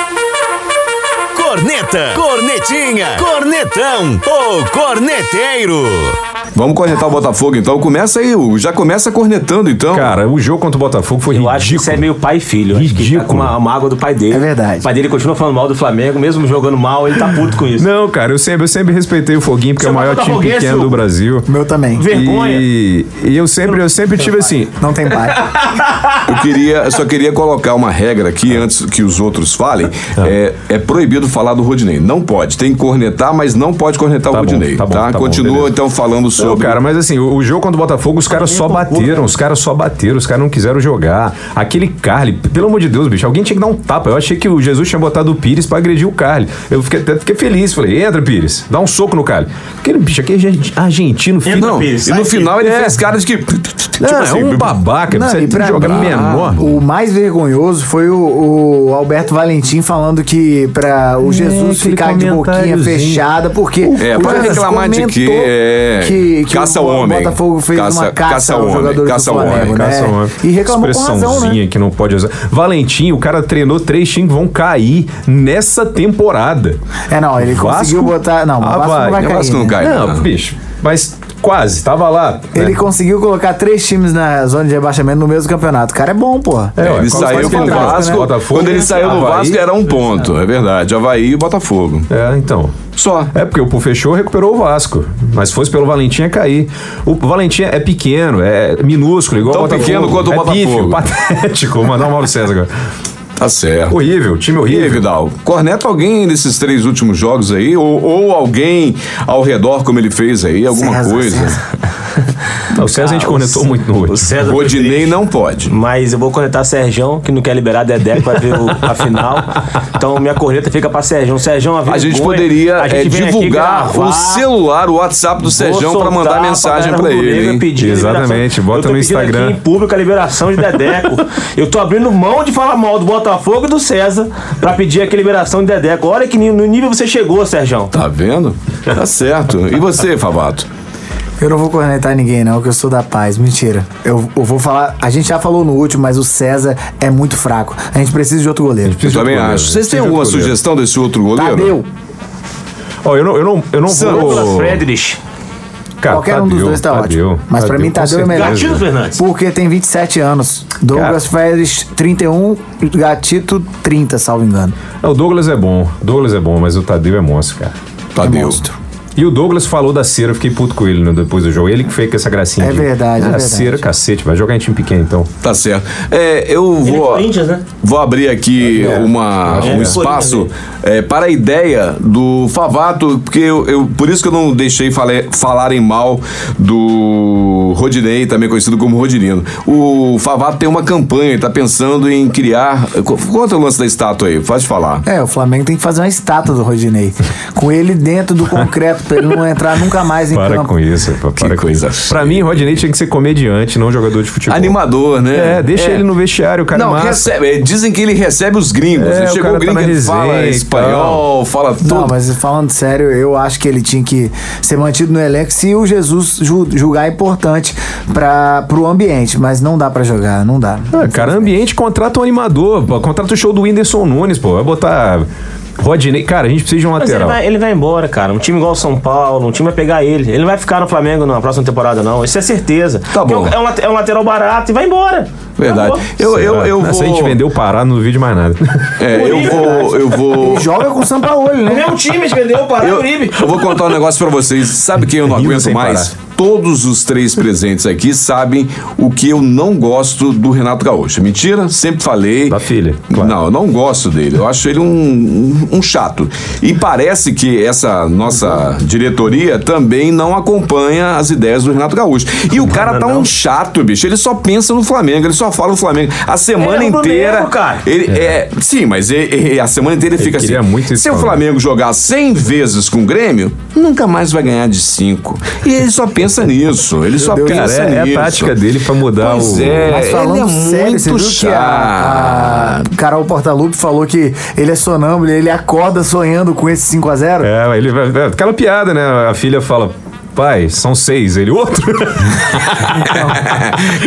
Speaker 2: Corneta, cornetinha, cornetão ou corneteiro.
Speaker 1: Vamos cornetar o Botafogo então. Começa aí, Hugo. já começa cornetando então.
Speaker 5: Cara, o jogo contra o Botafogo foi
Speaker 3: Eu
Speaker 5: ridículo.
Speaker 3: acho que isso é meio pai e filho. Acho que tá
Speaker 5: Ridículo.
Speaker 3: com uma, uma água do pai dele.
Speaker 4: É verdade.
Speaker 3: O pai dele continua falando mal do Flamengo, mesmo jogando mal, ele tá puto com isso.
Speaker 5: Não, cara, eu sempre, eu sempre respeitei o Foguinho, porque
Speaker 3: Você
Speaker 5: é o
Speaker 3: é
Speaker 5: maior time
Speaker 3: botafoguense,
Speaker 5: pequeno do
Speaker 3: Hugo?
Speaker 5: Brasil.
Speaker 4: Meu também.
Speaker 3: Vergonha.
Speaker 5: E, e eu sempre, eu sempre tive assim.
Speaker 4: Não tem pai.
Speaker 1: Eu queria, eu só queria colocar uma regra aqui antes que os outros falem.
Speaker 5: Tá.
Speaker 1: É, é proibido falar do Rodinei. Não pode. Tem que cornetar, mas não pode cornetar
Speaker 5: Tá
Speaker 1: o
Speaker 5: bom,
Speaker 1: Rodinei.
Speaker 5: tá bom, tá bom,
Speaker 1: Continua
Speaker 5: beleza.
Speaker 1: então falando
Speaker 5: Não,
Speaker 1: sobre.
Speaker 5: cara, mas assim, o, o jogo contra o Botafogo, os caras só bateram, os caras só bateram, os caras não quiseram jogar. Aquele Carly, p- pelo amor de Deus, bicho, alguém tinha que dar um tapa. Eu achei que o Jesus tinha botado o Pires pra agredir o Carly. Eu fiquei, até fiquei feliz, falei, entra, Pires, dá um soco no Carly. Aquele bicho aqui é argent- argentino, filho.
Speaker 1: não,
Speaker 3: Pires,
Speaker 1: e
Speaker 3: sai,
Speaker 1: no final ele
Speaker 5: É.
Speaker 1: fez cara de que.
Speaker 5: Não,
Speaker 1: tipo
Speaker 5: é um
Speaker 1: assim,
Speaker 5: babaca,
Speaker 4: Não,
Speaker 5: você
Speaker 4: e
Speaker 5: tem que
Speaker 4: pra
Speaker 5: jogar
Speaker 4: mim,
Speaker 5: menor.
Speaker 4: O mais vergonhoso foi o, o Alberto Valentim falando que pra o Jesus
Speaker 5: É, aquele
Speaker 4: ficar de boquinha
Speaker 5: comentáriozinho.
Speaker 4: fechada, porque.
Speaker 1: É,
Speaker 4: o
Speaker 1: para
Speaker 4: Jesus
Speaker 1: reclamar de
Speaker 4: comentou
Speaker 1: que, é,
Speaker 4: que, que
Speaker 1: caça
Speaker 4: o
Speaker 1: ao homem.
Speaker 4: Botafogo fez
Speaker 1: Caça-
Speaker 4: uma caça,
Speaker 1: caça ao
Speaker 4: aos
Speaker 1: homem,
Speaker 4: jogadores
Speaker 1: caça ao
Speaker 4: do
Speaker 1: homem,
Speaker 4: Flamengo, né?
Speaker 5: Caça, uma
Speaker 4: E reclamou com razão,
Speaker 5: expressãozinha
Speaker 4: né?
Speaker 5: que não pode usar. Valentim, o cara treinou três times que vão cair nessa temporada.
Speaker 4: É, não, ele
Speaker 5: Vasco?
Speaker 4: conseguiu botar. Não, o
Speaker 5: Ah,
Speaker 4: Vasco não
Speaker 5: vai,
Speaker 4: vai
Speaker 5: o
Speaker 4: cair.
Speaker 1: Vasco não
Speaker 4: né?
Speaker 1: cai.
Speaker 5: Não,
Speaker 1: né?
Speaker 5: bicho, mas quase, tava lá. né?
Speaker 4: Ele conseguiu colocar três times na zona de rebaixamento no mesmo campeonato. O cara é bom, porra.
Speaker 5: É,
Speaker 1: ele
Speaker 5: quase
Speaker 1: saiu
Speaker 5: que
Speaker 1: com o
Speaker 5: ele-
Speaker 1: Vasco.
Speaker 5: Botafogo,
Speaker 1: quando ele
Speaker 5: né?
Speaker 1: saiu do
Speaker 5: Havaí.
Speaker 1: Vasco era um ponto, é verdade. Havaí e Botafogo.
Speaker 5: É, então.
Speaker 1: Só.
Speaker 5: É porque o Pô fechou recuperou o Vasco. Mas se fosse pelo Valentim, ia cair. O Valentim é pequeno, é minúsculo, igual
Speaker 1: Tão
Speaker 5: o Botafogo.
Speaker 1: pequeno quanto o
Speaker 5: é
Speaker 1: Botafogo.
Speaker 5: Pífio, patético. Vou mandar o Mauro César agora.
Speaker 1: Tá certo.
Speaker 5: Horrível, time
Speaker 1: E aí,
Speaker 5: horrível.
Speaker 1: Vidal, corneta alguém nesses três últimos jogos aí, ou, ou alguém ao redor, como ele fez aí, alguma
Speaker 4: César,
Speaker 1: coisa. né?
Speaker 5: Não, o César a gente cornetou muito no
Speaker 3: O
Speaker 5: último.
Speaker 3: César foi
Speaker 1: Rodinei não pode.
Speaker 3: Mas eu vou conectar Serjão, que não quer liberar Dedé, que vai ver o- a final. Então minha corneta fica pra Serjão. Serjão, uma
Speaker 1: A gente
Speaker 3: vergonha.
Speaker 1: poderia
Speaker 3: A gente
Speaker 1: é,
Speaker 3: vem aqui
Speaker 1: divulgar
Speaker 3: gravar.
Speaker 1: o celular, o WhatsApp do Sejão
Speaker 3: Vou
Speaker 1: pra
Speaker 3: soltar
Speaker 1: mandar mensagem
Speaker 3: galera
Speaker 1: pra
Speaker 3: rubro-negra
Speaker 1: ele. hein?
Speaker 3: pedir a liberação.
Speaker 5: Exatamente, bota
Speaker 3: Eu tô
Speaker 5: no
Speaker 3: pedindo
Speaker 5: Instagram.
Speaker 3: Aqui em público a liberação de Dedeco. eu tô abrindo mão de falar mal do Botafogo e do César pra pedir aqui a liberação de Dedeco. Olha que ni- no nível você chegou, Serjão.
Speaker 1: Tá vendo? Tá certo. E você, Favato?
Speaker 4: Eu não vou cornetar ninguém, não, que eu sou da paz. Mentira. Eu, eu vou falar. A gente já falou no último, mas o César é muito fraco. A gente precisa de outro goleiro.
Speaker 1: Eu
Speaker 5: de
Speaker 3: é
Speaker 5: outro
Speaker 1: também
Speaker 5: goleiro.
Speaker 1: acho. Vocês
Speaker 5: Precisa de
Speaker 1: têm alguma
Speaker 5: outro goleiro.
Speaker 1: sugestão desse outro goleiro?
Speaker 4: Tadeu.
Speaker 5: Ó, eu não, eu não, eu não
Speaker 3: Douglas
Speaker 5: vou.
Speaker 3: Friedrich.
Speaker 5: Cara,
Speaker 4: Qualquer um dos dois tá ótimo. Mas pra mim,
Speaker 5: com
Speaker 4: Tadeu é melhor.
Speaker 5: certeza.
Speaker 3: Gatito Fernandes.
Speaker 4: Porque tem 27 anos. Douglas Férez, 31. Gatito, 30, salvo engano.
Speaker 5: Não, o Douglas é bom. O Douglas é bom, mas o Tadeu é monstro, cara.
Speaker 1: Tadeu.
Speaker 4: monstro.
Speaker 5: E o Douglas falou da cera, eu fiquei puto com ele né, depois do jogo. Ele que fez com essa gracinha.
Speaker 4: É
Speaker 5: de-
Speaker 4: verdade, é
Speaker 5: Ah,
Speaker 4: verdade.
Speaker 5: cera, cacete, vai jogar em time pequeno então.
Speaker 1: Tá certo. É, eu
Speaker 3: Ele é
Speaker 1: vou,
Speaker 3: Corinthians, né?
Speaker 1: vou abrir aqui uma, um
Speaker 3: é.
Speaker 1: espaço é, para a ideia do Favato, porque eu, eu- por isso que eu não deixei fale, falarem mal do Rodinei, também conhecido como Rodinino. O Favato tem uma campanha, está pensando em criar. co- Conta o lance da estátua aí, faz falar.
Speaker 4: É, o Flamengo tem que fazer uma estátua do Rodinei. com ele dentro do concreto, pra ele não entrar nunca mais em
Speaker 5: Para
Speaker 4: campo.
Speaker 5: com isso, pô,
Speaker 1: Que
Speaker 5: para com
Speaker 1: coisa feia.
Speaker 5: isso. Pra mim, Rodinei tinha que ser comediante, não jogador de futebol.
Speaker 1: Animador, né?
Speaker 5: É, deixa ele no vestiário, o cara
Speaker 1: Não,
Speaker 5: é massa.
Speaker 1: recebe, é, dizem que ele recebe os gringos.
Speaker 5: É,
Speaker 1: Ele
Speaker 5: o
Speaker 1: Chegou
Speaker 5: cara
Speaker 1: o
Speaker 5: tá
Speaker 1: gringo,
Speaker 5: na
Speaker 1: ele
Speaker 5: resenha
Speaker 1: fala
Speaker 5: e
Speaker 1: espanhol, fala tudo.
Speaker 4: Não, mas falando sério, eu acho que ele tinha que ser mantido no elenco se o Jesus ju- julgar importante para pro ambiente, mas não dá pra jogar, não dá.
Speaker 5: Ah, cara, ambiente, contrata um animador, pô, contrata o show do Whindersson Nunes, pô. Vai botar Rodinei. Cara, a gente precisa de um
Speaker 3: Mas ele
Speaker 5: lateral.
Speaker 3: vai, ele vai embora, cara. Um time igual o São Paulo, um time vai pegar ele. Ele não vai ficar no Flamengo na próxima temporada, não. Isso é certeza.
Speaker 1: Tá
Speaker 3: Porque
Speaker 1: bom.
Speaker 3: É um, late- é um lateral barato e vai embora.
Speaker 1: Verdade.
Speaker 3: Acabou.
Speaker 1: Eu, eu, eu,
Speaker 5: Ah,
Speaker 1: vou.
Speaker 5: Se a gente vendeu o Pará, não vi de mais nada.
Speaker 1: É, eu vou. Eu vou.
Speaker 4: Ele joga com o Sampaoli,
Speaker 3: É O
Speaker 4: né?
Speaker 3: meu time vendeu o Pará e o
Speaker 1: Eu,
Speaker 3: Uribe.
Speaker 1: eu vou contar um negócio pra vocês. Sabe quem eu não
Speaker 5: Rindo
Speaker 1: aguento
Speaker 5: sem
Speaker 1: mais? Todos os três presentes aqui sabem o que eu não gosto do Renato Gaúcho. Mentira? Sempre falei.
Speaker 5: Da filha, claro.
Speaker 1: Não, eu não gosto dele. Eu acho ele um, um- um chato. E parece que essa nossa diretoria também não acompanha as ideias do Renato Gaúcho. E o cara tá um chato, bicho. Ele só pensa no Flamengo, ele só fala no Flamengo. A semana
Speaker 3: Ele é
Speaker 1: inteira.
Speaker 3: rubro-negro, cara.
Speaker 1: Ele é. Sim, mas ele- a semana inteira ele fica assim.
Speaker 5: queria muito isso
Speaker 1: Se o
Speaker 5: falando.
Speaker 1: Flamengo jogar 100 vezes com o Grêmio, nunca mais vai ganhar de 5. E ele só pensa nisso. Ele só
Speaker 5: Cara,
Speaker 1: pensa
Speaker 5: é, é
Speaker 1: nisso.
Speaker 5: a tática dele pra mudar
Speaker 1: Pois
Speaker 5: o.
Speaker 1: é,
Speaker 4: Mas falando
Speaker 1: ele é
Speaker 4: sério,
Speaker 1: muito
Speaker 4: você viu que a, a Carol Portalupe falou que ele é sonâmbulo, ele acorda sonhando com esse 5x0?
Speaker 1: É.
Speaker 5: É, ele vai. vai- Aquela piada, né? A filha fala. "Pô, pai, são seis. Ele, outro?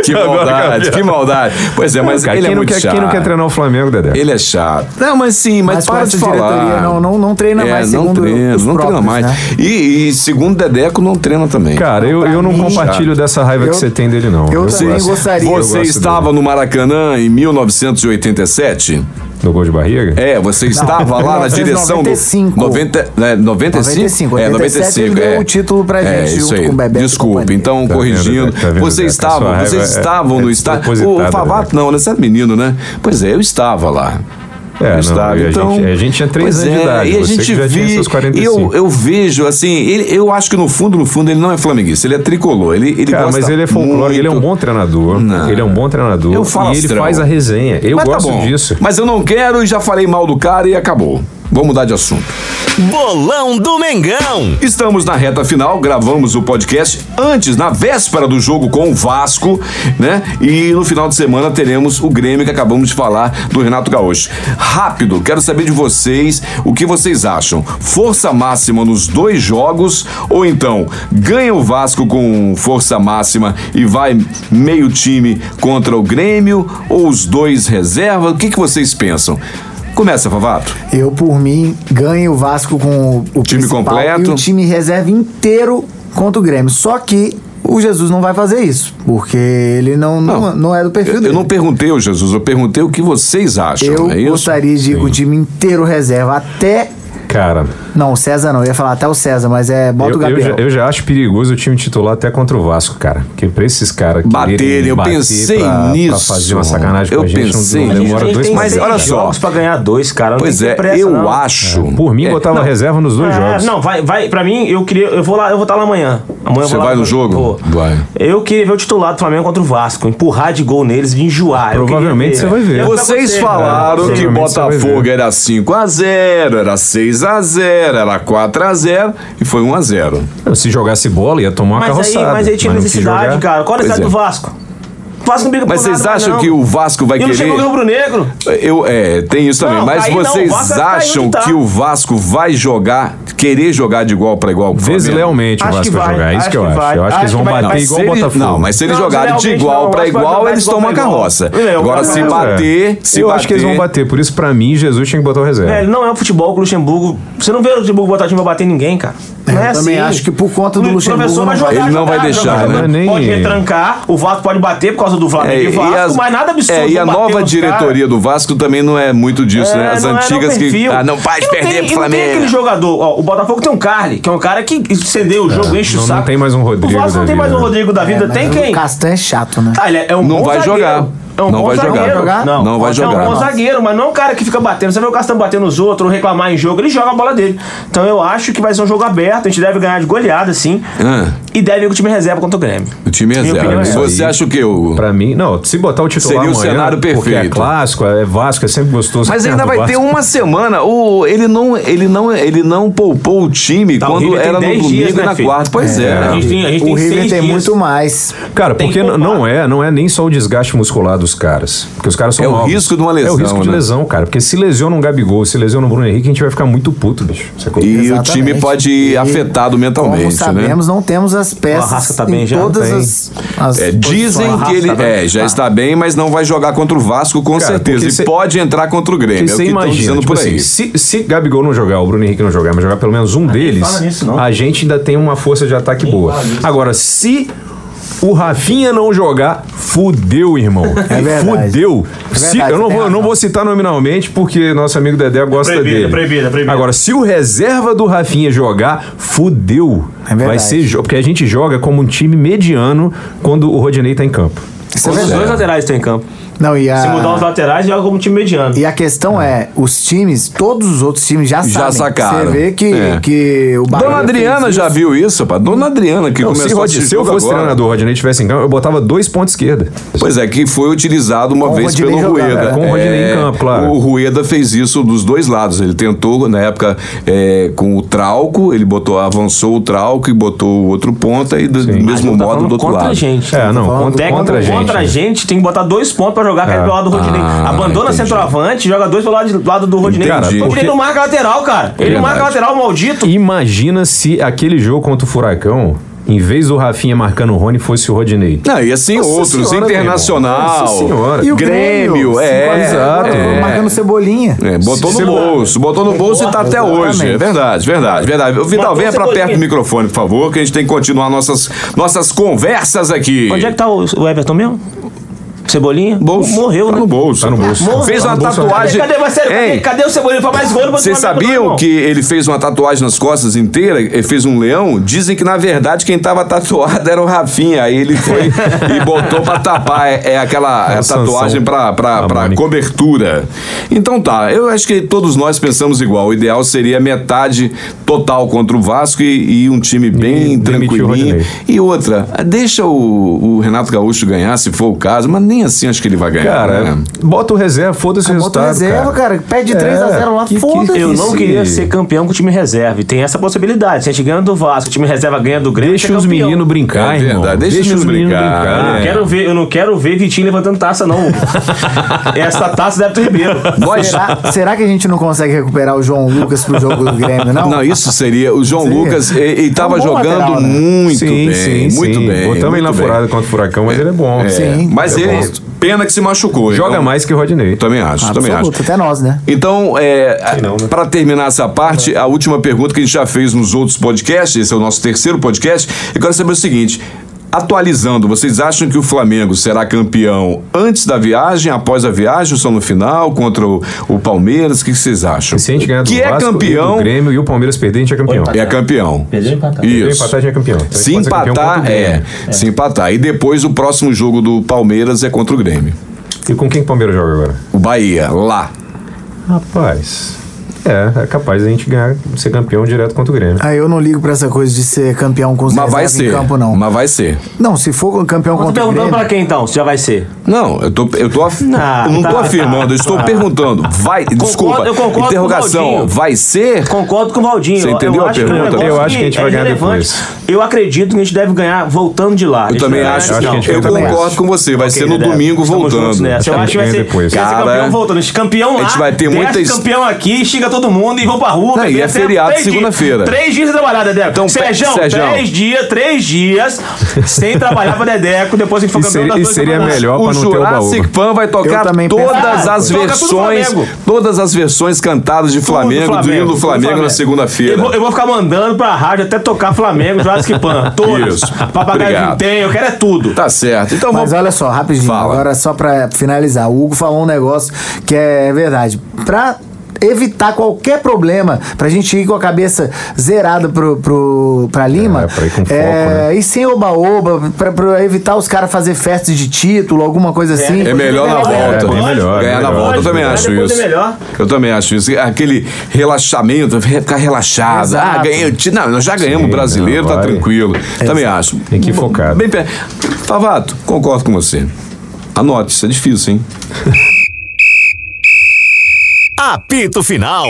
Speaker 1: que
Speaker 5: Agora,
Speaker 1: maldade,
Speaker 5: Gabriel.
Speaker 1: que maldade. Pois é, mas
Speaker 5: Cara,
Speaker 1: ele
Speaker 5: quem,
Speaker 1: é
Speaker 5: não
Speaker 1: muito
Speaker 5: quer,
Speaker 1: chato.
Speaker 5: quem não quer treinar o Flamengo, Dedé?
Speaker 1: Ele é chato. Não, mas sim, mas,
Speaker 4: Mas com
Speaker 1: para de
Speaker 4: essa
Speaker 1: falar.
Speaker 4: diretoria não- não- não treina
Speaker 1: É,
Speaker 4: mais,
Speaker 1: Não
Speaker 4: segundo
Speaker 1: treina,
Speaker 4: os
Speaker 1: não treina
Speaker 4: próprios,
Speaker 1: mais.
Speaker 4: né?
Speaker 1: E, e segundo Dedeco, não treina também.
Speaker 5: Cara, eu, eu não
Speaker 4: mim,
Speaker 5: compartilho dessa raiva que
Speaker 4: eu-
Speaker 5: você tem dele, não.
Speaker 4: eu também
Speaker 5: gosto.
Speaker 4: gostaria.
Speaker 5: Eu
Speaker 1: Você
Speaker 5: gosto
Speaker 1: estava no Maracanã em 1987?
Speaker 5: dele. No gol de barriga?
Speaker 1: É, você estava lá na direção do
Speaker 4: 1995.
Speaker 1: 90, né, 95?
Speaker 4: 95,
Speaker 1: é,
Speaker 4: 97
Speaker 1: 95,
Speaker 4: ele
Speaker 1: é.
Speaker 4: ganhou o título pra
Speaker 1: É,
Speaker 4: gente,
Speaker 1: isso
Speaker 4: junto
Speaker 1: aí.
Speaker 4: com o Bebeto e
Speaker 1: Desculpe,
Speaker 4: companhia.
Speaker 1: então
Speaker 5: Tá vendo,
Speaker 1: corrigindo.
Speaker 5: tá vendo,
Speaker 1: vocês
Speaker 5: Zeca? Sua
Speaker 1: estavam,
Speaker 5: raiva
Speaker 1: vocês
Speaker 5: é-
Speaker 1: estavam
Speaker 5: é
Speaker 1: no estádio.
Speaker 5: despropositada,
Speaker 1: O Favato
Speaker 5: né?
Speaker 1: não, né? Você é menino, né? Pois é, eu estava lá.
Speaker 5: É,
Speaker 1: Eu
Speaker 5: não,
Speaker 1: estava,
Speaker 5: e a
Speaker 1: então,
Speaker 5: gente- a gente tinha três
Speaker 1: pois
Speaker 5: anos de
Speaker 1: é,
Speaker 5: idade,
Speaker 1: E a
Speaker 5: você
Speaker 1: gente
Speaker 5: que já tinha
Speaker 1: vi-
Speaker 5: seus 45.
Speaker 1: Eu, eu vejo assim, ele- eu acho que no fundo, no fundo, ele não é flamenguista, ele é tricolor. Ele, ele
Speaker 5: Cara,
Speaker 1: gosta
Speaker 5: mas ele é folclórico, ele é um
Speaker 1: muito.
Speaker 5: bom treinador.
Speaker 1: Não.
Speaker 5: Ele é um bom treinador.
Speaker 1: Eu falo
Speaker 5: e ele
Speaker 1: astrão.
Speaker 5: faz a resenha. Eu
Speaker 1: Mas tá
Speaker 5: gosto
Speaker 1: bom.
Speaker 5: disso.
Speaker 1: Mas eu não quero e já falei mal do cara e acabou. Vamos mudar de assunto.
Speaker 2: Bolão do Mengão.
Speaker 1: Estamos na reta final, gravamos o podcast antes, na véspera do jogo com o Vasco, né? E no final de semana teremos o Grêmio que acabamos de falar do Renato Gaúcho. Rápido, quero saber de vocês o que vocês acham. Força máxima nos dois jogos ou então ganha o Vasco com força máxima e vai meio time contra o Grêmio ou os dois reserva? O que, que vocês pensam? Começa, Favato.
Speaker 4: Eu, por mim, ganho o Vasco com o, o
Speaker 1: Time
Speaker 4: principal
Speaker 1: completo.
Speaker 4: E o time reserva inteiro contra o Grêmio. Só que o Jesus não vai fazer isso, porque ele não, não.
Speaker 1: Não.
Speaker 4: Não, é do perfil
Speaker 1: Eu,
Speaker 4: dele.
Speaker 1: eu não perguntei o Jesus, eu perguntei o que vocês acham.
Speaker 4: Eu
Speaker 1: é isso?
Speaker 4: gostaria de ir com o time inteiro reserva até.
Speaker 5: Cara,
Speaker 4: Não, o César não, eu ia falar até o César, mas é. Bota
Speaker 5: eu,
Speaker 4: o
Speaker 5: eu,
Speaker 4: Gabriel.
Speaker 5: já, eu já acho perigoso o time titular até contra o Vasco, cara. Porque pra esses caras
Speaker 1: Baterem,
Speaker 5: quererem
Speaker 1: eu
Speaker 5: bater
Speaker 1: pensei
Speaker 5: pra, Pra
Speaker 1: nisso.
Speaker 5: fazer uma sacanagem com
Speaker 1: Eu
Speaker 5: a gente, não-
Speaker 1: pensei
Speaker 5: não,
Speaker 1: nisso.
Speaker 5: demora
Speaker 1: Ele
Speaker 5: dois
Speaker 1: tem
Speaker 5: minutos.
Speaker 1: seis olha só.
Speaker 3: jogos pra ganhar dois, cara. Não
Speaker 1: Pois
Speaker 3: tem que
Speaker 1: é,
Speaker 3: ter pressa,
Speaker 1: eu
Speaker 3: não.
Speaker 1: acho.
Speaker 5: Por mim,
Speaker 1: É,
Speaker 5: botava reserva nos dois
Speaker 3: É,
Speaker 5: jogos.
Speaker 3: Não, vai, vai. Pra mim, eu queria. Eu vou lá, eu vou estar lá amanhã. amanhã eu
Speaker 1: Você
Speaker 3: vou lá-
Speaker 1: vai no jogo?
Speaker 3: Vou.
Speaker 1: Vai.
Speaker 3: Eu queria ver o titular do Flamengo contra o Vasco, empurrar de gol neles e enjoar. Eu queria
Speaker 5: Provavelmente você vai ver.
Speaker 3: Eu vou pra
Speaker 1: Vocês
Speaker 3: você,
Speaker 1: falaram
Speaker 3: cara.
Speaker 1: que o
Speaker 3: Sim.
Speaker 5: Provavelmente você vai
Speaker 1: Botafogo
Speaker 5: ver.
Speaker 1: era 5x0, era 6x0, era 4x0 e foi 1x0.
Speaker 5: Não, Se jogasse bola, ia tomar uma
Speaker 3: Mas aí,
Speaker 5: carroçada.
Speaker 3: mas aí tinha
Speaker 5: não quis
Speaker 3: necessidade,
Speaker 5: jogar.
Speaker 3: cara. Qual a
Speaker 1: Pois
Speaker 3: necessidade
Speaker 1: é.
Speaker 3: do Vasco? O Vasco não briga
Speaker 1: Mas
Speaker 3: por nada
Speaker 1: vocês
Speaker 3: mais,
Speaker 1: acham
Speaker 3: não.
Speaker 1: que o Vasco vai
Speaker 3: E não chegou no
Speaker 1: querer.
Speaker 3: Rubro Negro.
Speaker 1: Eu, é, tem isso também.
Speaker 3: Não,
Speaker 1: Mas
Speaker 3: cair não, o
Speaker 1: vocês
Speaker 3: Vasco vai cair
Speaker 1: acham
Speaker 3: onde tá.
Speaker 1: que o Vasco vai jogar, querer jogar de igual para igual? com o Flamengo?
Speaker 5: Deslealmente o
Speaker 3: Acho
Speaker 5: Vasco
Speaker 3: que
Speaker 5: vai
Speaker 3: vai,
Speaker 5: jogar. É isso
Speaker 3: acho
Speaker 5: que eu
Speaker 3: que
Speaker 5: acho.
Speaker 3: vai,
Speaker 5: Eu acho que
Speaker 3: acho
Speaker 5: eles vão
Speaker 3: que vai.
Speaker 5: bater
Speaker 3: Mas
Speaker 5: igual o
Speaker 1: se ele-
Speaker 5: Botafogo.
Speaker 1: Não, mas se eles
Speaker 3: Não,
Speaker 1: jogarem de
Speaker 3: realmente
Speaker 1: igual
Speaker 3: não,
Speaker 1: pra
Speaker 3: acho que vai
Speaker 1: igual,
Speaker 3: jogar
Speaker 1: eles
Speaker 3: de igual
Speaker 1: tomam a
Speaker 3: pra igual.
Speaker 1: carroça.
Speaker 3: É, eu
Speaker 1: Agora,
Speaker 3: acho
Speaker 1: se
Speaker 3: que vai.
Speaker 1: bater, se
Speaker 5: eu
Speaker 1: bater.
Speaker 5: acho que eles vão bater. Por isso, pra mim, Jesus tinha que botar o reserva.
Speaker 3: É, ele é. não é o futebol que o Luxemburgo. Você não vê o Luxemburgo botar time pra bater ninguém, cara. Não
Speaker 4: É,
Speaker 3: é
Speaker 4: eu também
Speaker 3: assim.
Speaker 4: acho que por conta do
Speaker 3: O professor
Speaker 4: Luxemburgo
Speaker 3: vai
Speaker 4: não vai.
Speaker 3: jogar,
Speaker 1: Ele não vai
Speaker 3: jogar,
Speaker 1: deixar,
Speaker 3: jogar,
Speaker 1: né?
Speaker 3: jogar.
Speaker 5: Nem-
Speaker 3: Pode retrancar, o Vasco pode bater por causa do Flamengo
Speaker 1: É,
Speaker 3: e Vasco,
Speaker 1: as-
Speaker 3: mas nada absurdo.
Speaker 1: é, e a
Speaker 3: bater
Speaker 1: nova
Speaker 3: nos
Speaker 1: diretoria do Vasco também não é muito disso,
Speaker 3: caras.
Speaker 1: né?
Speaker 3: É,
Speaker 1: As
Speaker 3: não é, não é
Speaker 1: antigas que.
Speaker 3: perfil.
Speaker 1: Ah, não faz
Speaker 3: E não
Speaker 1: perder
Speaker 3: tem,
Speaker 1: pro
Speaker 3: e não tem aquele
Speaker 1: Flamengo.
Speaker 3: jogador. Ó, o Botafogo tem um Carly, que é um cara que cedeu o jogo, enche
Speaker 5: não-
Speaker 3: o
Speaker 5: não
Speaker 3: saco.
Speaker 5: tem mais um Rodrigo
Speaker 3: O Vasco
Speaker 5: da
Speaker 3: não tem mais um
Speaker 5: vida, né?
Speaker 3: Rodrigo da vida.
Speaker 4: É, mas
Speaker 3: tem quem?
Speaker 4: O Castan é chato, né?
Speaker 3: Ah, ele é um
Speaker 1: Não
Speaker 3: bom
Speaker 1: vai
Speaker 3: zagueiro.
Speaker 1: jogar.
Speaker 3: É um
Speaker 1: Não
Speaker 3: bom
Speaker 1: vai jogar.
Speaker 3: zagueiro.
Speaker 4: Jogar?
Speaker 1: Não vai
Speaker 3: É
Speaker 1: jogar.
Speaker 3: um bom
Speaker 1: Não.
Speaker 3: zagueiro, mas não é um cara que fica batendo. Você vê o Castan batendo nos outros, ou reclamar em jogo, ele joga a bola dele. Então eu acho que vai ser um jogo aberto, a gente deve ganhar de goleada, sim.
Speaker 1: Ah,
Speaker 3: E deve ir com o time reserva contra o Grêmio.
Speaker 1: o time é
Speaker 3: Minha
Speaker 1: zero.
Speaker 3: opinião é
Speaker 1: Se
Speaker 3: essa.
Speaker 1: Você acha o quê, Hugo?
Speaker 5: Pra mim, não, se botar o titular
Speaker 1: Seria o
Speaker 5: amanhã,
Speaker 1: cenário
Speaker 5: Porque é
Speaker 1: perfeito.
Speaker 5: clássico, é Vasco, é sempre gostoso.
Speaker 1: Mas ainda
Speaker 5: ganhar do
Speaker 1: vai ter
Speaker 5: Vasco.
Speaker 1: uma semana. O, ele, não, ele, não, ele não poupou o time
Speaker 3: Tá, o
Speaker 1: quando
Speaker 3: River tem
Speaker 1: era no
Speaker 3: 10 dias,
Speaker 1: domingo e
Speaker 3: né,
Speaker 1: na
Speaker 3: filho?
Speaker 1: quarta. Pois é.
Speaker 3: A gente tem, a gente
Speaker 4: o
Speaker 3: tem
Speaker 4: River
Speaker 3: seis
Speaker 4: tem
Speaker 3: dias.
Speaker 4: muito mais.
Speaker 5: Cara,
Speaker 3: Tem
Speaker 5: porque
Speaker 3: que
Speaker 5: n-
Speaker 3: poupar.
Speaker 5: não é, não é nem só o desgaste muscular dos caras. Porque os caras são
Speaker 1: É o
Speaker 5: novos.
Speaker 1: risco de uma lesão,
Speaker 5: É o risco de
Speaker 1: né?
Speaker 5: lesão, cara. Porque se lesiona um Gabigol, se lesiona um Bruno Henrique, a gente vai ficar muito puto, bicho. Sacou?
Speaker 1: E
Speaker 4: Exatamente.
Speaker 1: o time pode ir
Speaker 4: E
Speaker 1: afetado
Speaker 4: Como
Speaker 1: mentalmente, né?
Speaker 4: sabemos, não temos as peças.
Speaker 3: Arrasca tá bem
Speaker 4: em
Speaker 3: já,
Speaker 4: todas
Speaker 5: tem.
Speaker 4: as, as
Speaker 1: É, dizem
Speaker 4: posições. Ah.
Speaker 1: que ele
Speaker 3: tá bem?
Speaker 1: é, já está bem, mas não vai jogar contra o Vasco com
Speaker 5: Ah. Cara,
Speaker 1: certeza.
Speaker 5: porque
Speaker 1: E
Speaker 5: cê-
Speaker 1: pode entrar contra o Grêmio.
Speaker 5: Porque
Speaker 1: É o
Speaker 5: você
Speaker 1: que estão
Speaker 5: imagina,
Speaker 1: dizendo
Speaker 5: tipo
Speaker 1: por
Speaker 5: assim,
Speaker 1: aí.
Speaker 5: se, se Gabigol não jogar, o Bruno Henrique não jogar, mas jogar pelo menos um deles,
Speaker 3: fala nisso, não.
Speaker 5: a gente ainda tem uma força de ataque boa. Agora, se o Rafinha não jogar, fudeu, irmão.
Speaker 4: É verdade.
Speaker 5: Fudeu.
Speaker 4: É
Speaker 5: Se-
Speaker 4: verdade,
Speaker 5: eu não
Speaker 4: você tem
Speaker 5: vou, eu não
Speaker 4: razão.
Speaker 5: vou citar nominalmente, porque nosso amigo Dedé gosta
Speaker 3: É Proibido,
Speaker 5: dele.
Speaker 3: proibido, é proibido.
Speaker 5: Agora, se o reserva do Rafinha jogar, fudeu.
Speaker 4: É verdade.
Speaker 5: Vai ser jo- porque a gente joga como um time mediano quando o Rodinei tá em campo.
Speaker 4: Isso é
Speaker 3: Os
Speaker 4: verdade.
Speaker 3: dois laterais estão em campo.
Speaker 4: Não, e a,
Speaker 3: Se mudar os laterais, joga como time mediano.
Speaker 4: E a questão é, os times, todos os outros times já,
Speaker 1: Já
Speaker 4: sabem.
Speaker 1: sacaram.
Speaker 4: Você vê que,
Speaker 1: É.
Speaker 4: que o Bahia
Speaker 1: Dona Adriana
Speaker 4: fez
Speaker 1: já
Speaker 4: isso.
Speaker 1: viu isso, pá. Dona Adriana que
Speaker 5: Não,
Speaker 1: começou
Speaker 5: Então, se,
Speaker 1: a
Speaker 5: Rod-
Speaker 1: assistir
Speaker 5: se eu
Speaker 1: jogo
Speaker 5: fosse
Speaker 1: agora.
Speaker 5: treinador, o Rodinei tivesse em campo, eu botava dois pontos esquerda.
Speaker 1: Pois é, que foi utilizado uma
Speaker 4: Com o
Speaker 1: vez
Speaker 4: Rodinei
Speaker 1: pelo
Speaker 4: jogando,
Speaker 1: Rueda.
Speaker 5: né? Com o Rodinei em
Speaker 1: É,
Speaker 5: campo, claro.
Speaker 1: O Rueda fez isso dos dois lados. Ele tentou, na época, é, com o Trauco, ele botou, avançou o Trauco e botou o outro ponta e do mesmo
Speaker 3: Mas tá
Speaker 1: modo
Speaker 3: falando
Speaker 1: do outro
Speaker 3: contra
Speaker 1: lado.
Speaker 3: a gente.
Speaker 5: É, não,
Speaker 4: falando
Speaker 5: contra,
Speaker 3: Técnico
Speaker 5: contra a gente.
Speaker 3: contra a gente tem que botar dois pontos pra jogar, cara, pelo lado do Rodinei.
Speaker 1: Ah,
Speaker 3: Abandona
Speaker 1: entendi.
Speaker 3: centroavante, joga dois pelo lado, do lado do Rodinei.
Speaker 1: Entendi.
Speaker 3: O Rodinei
Speaker 5: Porque-
Speaker 3: não marca lateral, cara. Ele não
Speaker 1: Verdade.
Speaker 3: marca lateral, maldito.
Speaker 5: Imagina se aquele jogo contra o Furacão em vez do Rafinha marcando o Rony, fosse o Rodinei.
Speaker 1: Não, e assim
Speaker 5: Nossa
Speaker 1: outros,
Speaker 5: senhora, meu
Speaker 1: Internacional,
Speaker 5: irmão. Nossa senhora.
Speaker 4: E o
Speaker 1: Grêmio, é,
Speaker 5: Exato.
Speaker 1: é.
Speaker 4: tá Marcando cebolinha.
Speaker 1: É, botou no
Speaker 5: Celular.
Speaker 1: bolso, botou no bolso e tá até hoje. É verdade, verdade, verdade. Ô, Vidal,
Speaker 3: Botou
Speaker 1: venha pra
Speaker 3: cebolinha.
Speaker 1: perto do microfone, por favor, que a gente tem que continuar nossas, nossas conversas aqui.
Speaker 3: Onde é que tá o o Everton mesmo? Cebolinha?
Speaker 1: Bolso.
Speaker 3: Morreu,
Speaker 1: tá
Speaker 3: né?
Speaker 1: no bolso.
Speaker 5: Tá no bolso.
Speaker 1: Morreu. Fez
Speaker 5: Tá
Speaker 1: uma
Speaker 5: no bolso.
Speaker 1: tatuagem.
Speaker 3: Cadê, mas sério,
Speaker 1: Ei,
Speaker 3: cadê, cadê o Cebolinha? Foi mais gol.
Speaker 1: Vocês sabiam que ele fez uma tatuagem nas costas inteira, ele fez um leão? Dizem que, na verdade, quem tava tatuado era o Rafinha. Aí ele foi e botou pra tapar. É, é aquela
Speaker 5: É o
Speaker 1: tatuagem
Speaker 5: Sansão.
Speaker 1: pra, pra,
Speaker 5: A
Speaker 1: pra
Speaker 5: Mônica.
Speaker 1: cobertura. Então tá, eu acho que todos nós pensamos igual. O ideal seria metade total contra o Vasco e, e um time bem
Speaker 5: demitir o
Speaker 1: tranquilinho.
Speaker 5: Rodinei.
Speaker 1: E outra, deixa o, o Renato Gaúcho ganhar, se for o caso, mas nem assim acho que ele vai ganhar.
Speaker 5: Cara,
Speaker 1: né?
Speaker 5: bota o reserva, foda-se
Speaker 1: Ah,
Speaker 5: o
Speaker 4: Bota
Speaker 1: Tá,
Speaker 5: resultado.
Speaker 4: reserva, cara.
Speaker 1: É.
Speaker 4: Pede 3x0 lá,
Speaker 5: que- que-
Speaker 4: foda-se.
Speaker 3: Eu não
Speaker 5: Esse-
Speaker 3: queria ser campeão com o time reserva. E tem essa possibilidade. Se a gente ganha do Vasco, o time reserva ganha do Grêmio.
Speaker 5: Deixa
Speaker 3: você é
Speaker 5: os
Speaker 3: campeão.
Speaker 5: meninos brincar,
Speaker 1: É
Speaker 5: irmão.
Speaker 1: verdade, deixa os meninos brincar.
Speaker 3: Eu,
Speaker 5: é.
Speaker 3: quero ver, eu não quero ver Vitinho levantando taça, não. Essa taça deve ter Ribeiro.
Speaker 1: Nós-
Speaker 4: Será, será que a gente não consegue recuperar o João Lucas pro jogo do Grêmio, não?
Speaker 1: Não, isso seria. O João
Speaker 4: Seria.
Speaker 1: Lucas, ele
Speaker 4: É
Speaker 1: estava
Speaker 4: um bom
Speaker 1: jogando
Speaker 4: lateral, né?
Speaker 1: muito
Speaker 5: sim,
Speaker 1: bem.
Speaker 5: sim,
Speaker 1: muito
Speaker 5: sim.
Speaker 1: bem.
Speaker 5: Botamos
Speaker 1: muito
Speaker 5: ele na
Speaker 1: bem.
Speaker 5: furada contra o Furacão, mas ele é bom.
Speaker 1: É,
Speaker 4: Sim.
Speaker 1: Mas
Speaker 5: Ele é
Speaker 1: ele. Pena que se machucou.
Speaker 5: Joga
Speaker 1: então-
Speaker 5: mais que o Rodinei.
Speaker 1: Eu também acho, também acho.
Speaker 4: Absoluto, até nós, né?
Speaker 1: Então, é,
Speaker 5: não, né?
Speaker 1: para terminar essa parte, a última pergunta que a gente já fez nos outros podcasts, esse é o nosso terceiro podcast, eu quero saber o seguinte. Atualizando, vocês acham que o Flamengo será campeão antes da viagem, após a viagem, ou só no final, contra o, o Palmeiras? O que que vocês acham?
Speaker 5: E se a gente ganhar do
Speaker 1: que é
Speaker 5: Vasco, e
Speaker 1: campeão,
Speaker 5: do Grêmio e o Palmeiras perder, a gente é campeão.
Speaker 1: é campeão.
Speaker 5: Se
Speaker 1: Isso.
Speaker 5: empatar, a gente é campeão. Então, a gente
Speaker 1: Se
Speaker 5: pode ser campeão
Speaker 1: empatar,
Speaker 5: contra o
Speaker 1: é,
Speaker 5: Grêmio.
Speaker 1: Se empatar. E depois o próximo jogo do Palmeiras é contra o Grêmio.
Speaker 5: E com quem que o Palmeiras joga agora?
Speaker 1: O Bahia, lá.
Speaker 5: Rapaz. É, é capaz da gente ganhar, ser campeão direto contra o Grêmio.
Speaker 4: Ah, eu não ligo pra essa coisa de ser campeão com os
Speaker 1: Mas vai
Speaker 4: reserva em
Speaker 1: ser.
Speaker 4: campo, não.
Speaker 1: Mas vai ser.
Speaker 4: Não, se for campeão
Speaker 3: Eu tô
Speaker 4: contra o
Speaker 3: perguntando
Speaker 4: Grêmio...
Speaker 3: pra quem então, se já vai ser.
Speaker 1: Não, eu tô, eu tô af-
Speaker 3: Não,
Speaker 1: eu não tô
Speaker 3: tá,
Speaker 1: afirmando, eu estou perguntando. Vai, desculpa.
Speaker 3: eu concordo com o
Speaker 1: interrogação,
Speaker 3: Valdinho.
Speaker 1: vai ser?
Speaker 3: Concordo com o Valdinho.
Speaker 1: Você
Speaker 3: Eu-
Speaker 1: entendeu
Speaker 3: eu
Speaker 1: a
Speaker 3: acho
Speaker 1: pergunta?
Speaker 3: Que o negócio
Speaker 5: Eu acho que a gente vai ganhar
Speaker 3: relevante.
Speaker 5: depois.
Speaker 3: Eu acredito que a gente deve ganhar voltando de lá.
Speaker 1: Eu também acho.
Speaker 5: acho que a gente
Speaker 1: eu
Speaker 5: vai também
Speaker 1: concordo
Speaker 5: acho.
Speaker 1: com você, vai ser no
Speaker 3: Guilherme,
Speaker 1: domingo
Speaker 3: estamos juntos né?
Speaker 1: voltando. é
Speaker 3: nessa. Eu
Speaker 5: Acho
Speaker 3: acho que vai
Speaker 5: que
Speaker 3: ser,
Speaker 5: depois.
Speaker 3: vai ser
Speaker 1: Cara,
Speaker 3: campeão voltando. A gente campeão lá,
Speaker 1: a gente vai ter
Speaker 3: desce
Speaker 1: muita es-
Speaker 3: campeão aqui, chega todo mundo e vão pra rua.
Speaker 1: Não,
Speaker 3: beber
Speaker 1: e é
Speaker 3: até
Speaker 1: feriado
Speaker 3: três dias.
Speaker 1: segunda-feira.
Speaker 3: Três dias sem trabalhar, Dedeco.
Speaker 1: Então,
Speaker 3: Então,
Speaker 1: pe-
Speaker 3: Sérgio,
Speaker 1: Sérgio.
Speaker 3: três dias, três dias sem trabalhar pra Dedeco. Depois a gente for
Speaker 5: E
Speaker 3: campeão
Speaker 5: seria,
Speaker 3: das
Speaker 5: e
Speaker 3: duas
Speaker 5: seria
Speaker 3: semanas.
Speaker 5: melhor
Speaker 1: O
Speaker 5: pra não ter o baú.
Speaker 1: Jurassic Pan vai tocar
Speaker 4: Eu também penso assim.
Speaker 1: todas
Speaker 4: a
Speaker 1: as
Speaker 3: mesma coisa. Toca tudo
Speaker 1: versões,
Speaker 3: Flamengo.
Speaker 1: todas as versões cantadas de Flamengo, do hino do
Speaker 3: tudo
Speaker 1: Flamengo na
Speaker 3: Eu,
Speaker 1: segunda-feira.
Speaker 3: vou- eu vou ficar mandando pra rádio até tocar Flamengo, Jurassic Pan. Todos.
Speaker 1: Isso. Obrigado.
Speaker 3: Papagaio de tem, eu quero é tudo.
Speaker 1: Tá certo. Então vamos
Speaker 4: Mas olha só, rapidinho,
Speaker 1: Fala.
Speaker 4: agora só pra finalizar. O Hugo falou um negócio que é verdade. Pra evitar qualquer problema, pra gente ir com a cabeça zerada pro, pro, pra Lima.
Speaker 5: É, pra ir com foco, né?
Speaker 4: E sem oba-oba, pra, pra evitar os caras fazer festas de título, alguma coisa assim.
Speaker 1: É melhor na volta.
Speaker 5: É, bem melhor,
Speaker 1: Ganhar
Speaker 5: bem
Speaker 1: na
Speaker 5: melhor.
Speaker 1: volta, eu também
Speaker 3: Depois
Speaker 1: acho
Speaker 3: é
Speaker 1: isso.
Speaker 3: melhor.
Speaker 1: Eu também acho isso. Aquele relaxamento, ficar relaxado.
Speaker 4: Exato.
Speaker 1: Ah, ganhei o ti- Não, nós já ganhamos
Speaker 5: Sim,
Speaker 1: o brasileiro,
Speaker 5: não,
Speaker 1: tá
Speaker 5: vai.
Speaker 1: tranquilo. Também acho.
Speaker 5: Tem que ir focado.
Speaker 1: Bem perto. Favato, concordo com você. Anote, isso é difícil, hein?
Speaker 2: Apito final.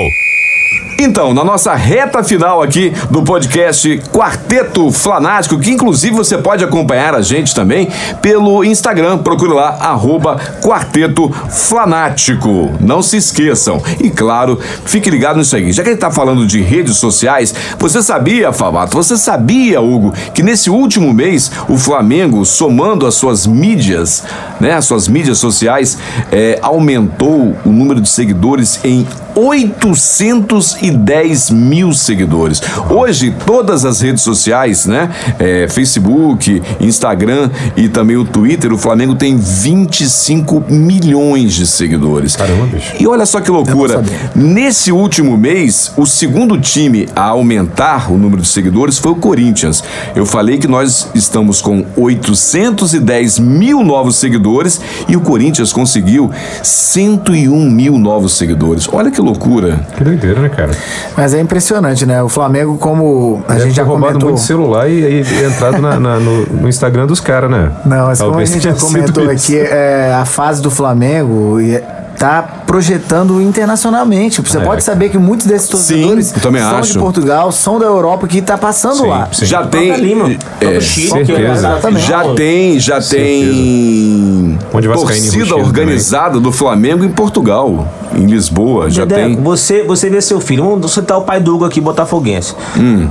Speaker 1: Então, na nossa reta final aqui do podcast Quarteto Flanático, que inclusive você pode acompanhar a gente também pelo Instagram, procure lá, arroba Quarteto Flanático. Não se esqueçam. E claro, fique ligado nisso aí. Já que a gente tá falando de redes sociais, você sabia, Favato, você sabia, Hugo, que nesse último mês o Flamengo, somando as suas mídias, né, as suas mídias sociais, eh, aumentou o número de seguidores em 810 mil seguidores. Hoje, todas as redes sociais, né? é, Facebook, Instagram e também o Twitter, o Flamengo tem 25 milhões de seguidores.
Speaker 5: Caramba, bicho.
Speaker 1: E olha só que loucura. Nesse último mês, o segundo time a aumentar o número de seguidores foi o Corinthians. Eu falei que nós estamos com 810 mil novos seguidores e o Corinthians conseguiu 101 mil novos seguidores. Olha que loucura.
Speaker 5: Que doideira, né, cara?
Speaker 4: Mas é impressionante, né? O Flamengo, como a
Speaker 5: Deve
Speaker 4: gente
Speaker 5: ter
Speaker 4: já
Speaker 5: roubado
Speaker 4: comentou.
Speaker 5: muito celular e, e entrado na- na- no, no Instagram dos caras, né?
Speaker 4: Não, mas como a
Speaker 5: Talvez
Speaker 4: gente já
Speaker 5: tenha sido
Speaker 4: comentou
Speaker 5: isso.
Speaker 4: aqui, é, a fase do Flamengo e- tá projetando internacionalmente. Você
Speaker 5: É.
Speaker 4: pode saber que muitos desses torcedores
Speaker 1: eu também
Speaker 4: são
Speaker 1: acho.
Speaker 4: de Portugal, são da Europa que tá passando
Speaker 5: Sim,
Speaker 4: lá.
Speaker 5: sim.
Speaker 1: Já tem.
Speaker 3: Lima.
Speaker 1: é,
Speaker 3: né?
Speaker 5: certeza.
Speaker 1: já tem, já tem
Speaker 5: Onde Vascaíno e
Speaker 1: torcida
Speaker 5: Rochedo
Speaker 1: organizada do Flamengo em Portugal. em Lisboa, já
Speaker 3: Dedé,
Speaker 1: tem.
Speaker 3: Você, você vê seu filho. Vamos citar o pai do Hugo aqui, botafoguense.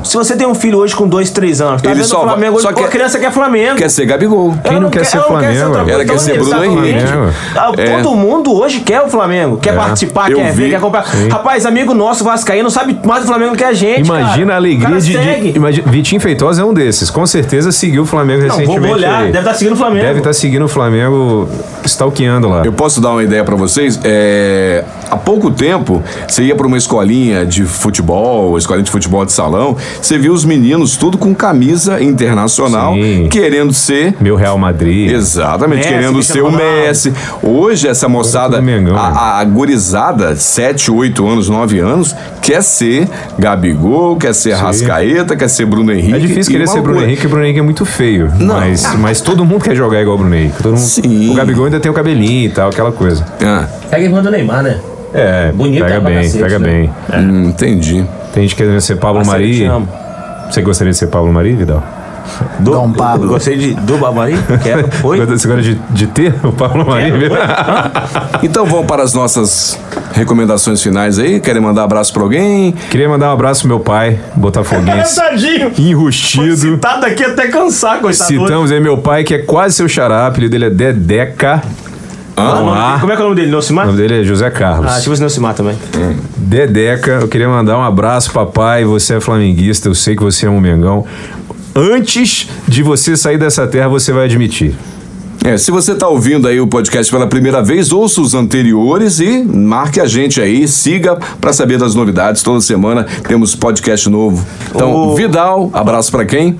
Speaker 3: Se você tem um filho hoje com dois, três anos, tá
Speaker 1: Hum. Ele
Speaker 3: vendo
Speaker 1: só
Speaker 3: o
Speaker 1: vai-
Speaker 3: Flamengo hoje,
Speaker 1: só
Speaker 3: pô,
Speaker 1: quer-
Speaker 3: a criança quer Flamengo.
Speaker 1: Quer ser Gabigol.
Speaker 5: Quem
Speaker 3: Ela
Speaker 5: não quer ser
Speaker 3: ela não
Speaker 5: Flamengo?
Speaker 3: outra coisa,
Speaker 1: Ela quer
Speaker 3: não,
Speaker 1: ser
Speaker 3: ele
Speaker 1: Bruno
Speaker 3: sabe o
Speaker 1: Henrique.
Speaker 5: Flamengo.
Speaker 3: Ah,
Speaker 1: É.
Speaker 3: Todo mundo hoje quer o Flamengo, quer
Speaker 5: É.
Speaker 3: participar,
Speaker 1: Eu
Speaker 3: quer
Speaker 1: vi.
Speaker 3: ver, quer comprar.
Speaker 5: Sim.
Speaker 3: Rapaz, amigo nosso, Vascaíno, sabe mais do Flamengo que a gente.
Speaker 5: Imagina
Speaker 3: cara.
Speaker 5: a
Speaker 3: O
Speaker 5: alegria
Speaker 3: cara
Speaker 5: de. de-
Speaker 3: segue.
Speaker 5: imagina- Vitinho Feitosa é um desses. Com certeza seguiu o Flamengo
Speaker 3: Não, vou
Speaker 5: recentemente.
Speaker 3: olhar,
Speaker 5: aí.
Speaker 3: deve estar seguindo o Flamengo.
Speaker 5: Deve tá- estar seguindo o Flamengo, stalkeando lá.
Speaker 1: Eu posso dar uma ideia pra vocês? É, há pouco tempo, você ia pra uma escolinha de futebol, escolinha de futebol de salão, você via os meninos tudo com camisa internacional,
Speaker 5: Sim.
Speaker 1: querendo ser.
Speaker 5: Meu Real Madrid.
Speaker 1: Exatamente,
Speaker 3: Messi,
Speaker 1: querendo ser
Speaker 3: Cristiano
Speaker 1: o
Speaker 3: Ronaldo.
Speaker 1: Messi. Hoje, essa moçada,
Speaker 5: tudo Mengão, né?
Speaker 1: a, a gurizada, 7, 8 anos, 9 anos, quer ser Gabigol, quer ser Rascaeta, quer ser Bruno Henrique.
Speaker 5: É difícil
Speaker 1: e
Speaker 5: querer
Speaker 1: uma
Speaker 5: ser Bruno
Speaker 1: loucura.
Speaker 5: Henrique, porque o Bruno Henrique é muito feio.
Speaker 4: Ah.
Speaker 5: Mas, mas todo mundo quer jogar igual o Bruno Henrique. Todo mundo-
Speaker 1: Sim.
Speaker 5: O Gabigol ainda tem o cabelinho e tal, aquela coisa.
Speaker 1: Ah,
Speaker 6: Pega irmã do Neymar, né?
Speaker 5: É,
Speaker 6: Bonito
Speaker 5: pega
Speaker 6: pra
Speaker 5: bem,
Speaker 6: cacete,
Speaker 5: pega
Speaker 6: né?
Speaker 5: bem.
Speaker 1: hum, entendi.
Speaker 5: Tem gente querendo ser Pablo
Speaker 3: Marcelo, te
Speaker 5: Mari.
Speaker 3: amo.
Speaker 5: Você gostaria de ser Pablo Mari, Vidal?
Speaker 3: Do,
Speaker 4: Dom
Speaker 3: Dom
Speaker 4: Pablo.
Speaker 3: Pablo. Gostei de. Do Babari? Quer? Foi?
Speaker 5: Você gostaria de, de ter o Pablo Mari?
Speaker 1: Então vamos para as nossas recomendações finais aí. Querem mandar abraço pra alguém?
Speaker 5: Queria mandar um abraço pro meu pai,
Speaker 3: É
Speaker 5: botafoguense.
Speaker 3: tá- Tadinho.
Speaker 5: Enrustido.
Speaker 3: Citado aqui até cansar, coitado.
Speaker 5: Citamos aí meu pai, que é quase seu xará. O apelido dele é Dedeca.
Speaker 3: Ah,
Speaker 5: Vamos
Speaker 3: o nome
Speaker 5: lá.
Speaker 3: dele- Como é que é o nome dele?
Speaker 5: O
Speaker 3: Nocimar?
Speaker 5: nome dele é José Carlos.
Speaker 3: Ah, tipo esse Nocimar também.
Speaker 5: Dedeca, eu queria mandar um abraço, papai. Você é flamenguista, eu sei que você é um Mengão. Antes de você sair dessa terra, você vai admitir.
Speaker 1: É, se você tá ouvindo aí o podcast pela primeira vez, ouça os anteriores e marque a gente aí, siga pra saber das novidades. Toda semana temos podcast novo. Então,
Speaker 3: O-
Speaker 1: Vidal, abraço pra quem?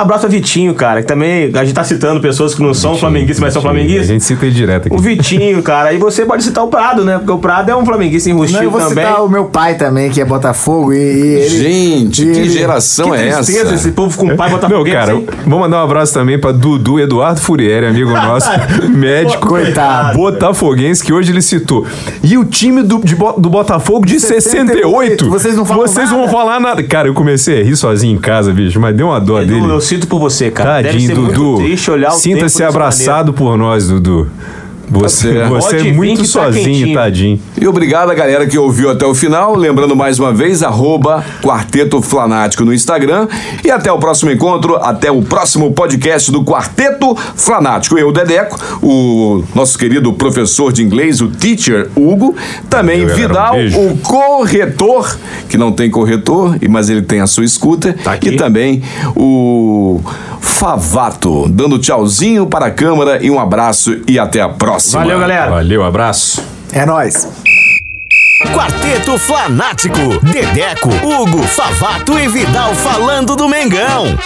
Speaker 3: Abraço a Vitinho, cara, que também a gente tá citando pessoas que não são flamenguistas, mas são
Speaker 5: A
Speaker 3: flamenguistas.
Speaker 5: gente cita ele direto aqui.
Speaker 3: O Vitinho, cara. E você pode citar o Prado, né? Porque o Prado é um flamenguista
Speaker 4: Não, eu
Speaker 3: enrustido
Speaker 4: vou
Speaker 3: também.
Speaker 4: citar o meu pai também, que é Botafogo, e, e ele.
Speaker 1: Gente,
Speaker 4: e
Speaker 1: que
Speaker 4: ele-
Speaker 1: geração
Speaker 3: que
Speaker 1: é
Speaker 3: tristeza
Speaker 1: essa?
Speaker 3: esse povo com pai
Speaker 5: Não,
Speaker 3: botafoguense.
Speaker 5: cara,
Speaker 3: hein?
Speaker 5: vou mandar um abraço também pra Dudu Eduardo Furieri, amigo nosso, médico.
Speaker 4: Coitado.
Speaker 5: Botafoguense, que hoje ele citou. E o time do, de Bo- do Botafogo de 68.
Speaker 4: 68, vocês não falam
Speaker 5: Vocês não
Speaker 4: nada?
Speaker 5: vão falar nada. Cara, eu comecei a rir sozinho em casa, bicho, mas deu uma dó dele.
Speaker 3: Dudu, eu sinto por você, cara. Deve ser
Speaker 5: Tadinho,
Speaker 3: muito
Speaker 5: Dudu.
Speaker 3: triste olhar o
Speaker 5: Sinta-se
Speaker 3: tempo dessa
Speaker 5: abraçado por nós, Dudu. Você,
Speaker 1: certo.
Speaker 5: você
Speaker 3: Pode
Speaker 5: é
Speaker 3: vir
Speaker 5: muito
Speaker 3: que tá
Speaker 5: sozinho,
Speaker 3: quentinho.
Speaker 5: tadinho.
Speaker 1: E obrigado a galera que ouviu até o final. Lembrando mais uma vez, arroba Quarteto Flanático no Instagram. E até o próximo encontro, até o próximo podcast do Quarteto Flanático. Eu, Dedeco, o nosso querido professor de inglês, o teacher Hugo. Também
Speaker 5: Valeu,
Speaker 1: Vidal,
Speaker 5: galera. Um beijo.
Speaker 1: o corretor, que não tem corretor, e- mas ele tem a sua escuta.
Speaker 5: Tá
Speaker 3: aqui.
Speaker 1: e também o Favato, dando tchauzinho para a câmera e um abraço e até a próxima.
Speaker 3: Valeu, galera.
Speaker 5: Valeu, abraço.
Speaker 4: É nóis.
Speaker 2: Quarteto Flanático, Dedeco, Hugo, Favato e Vidal falando do Mengão.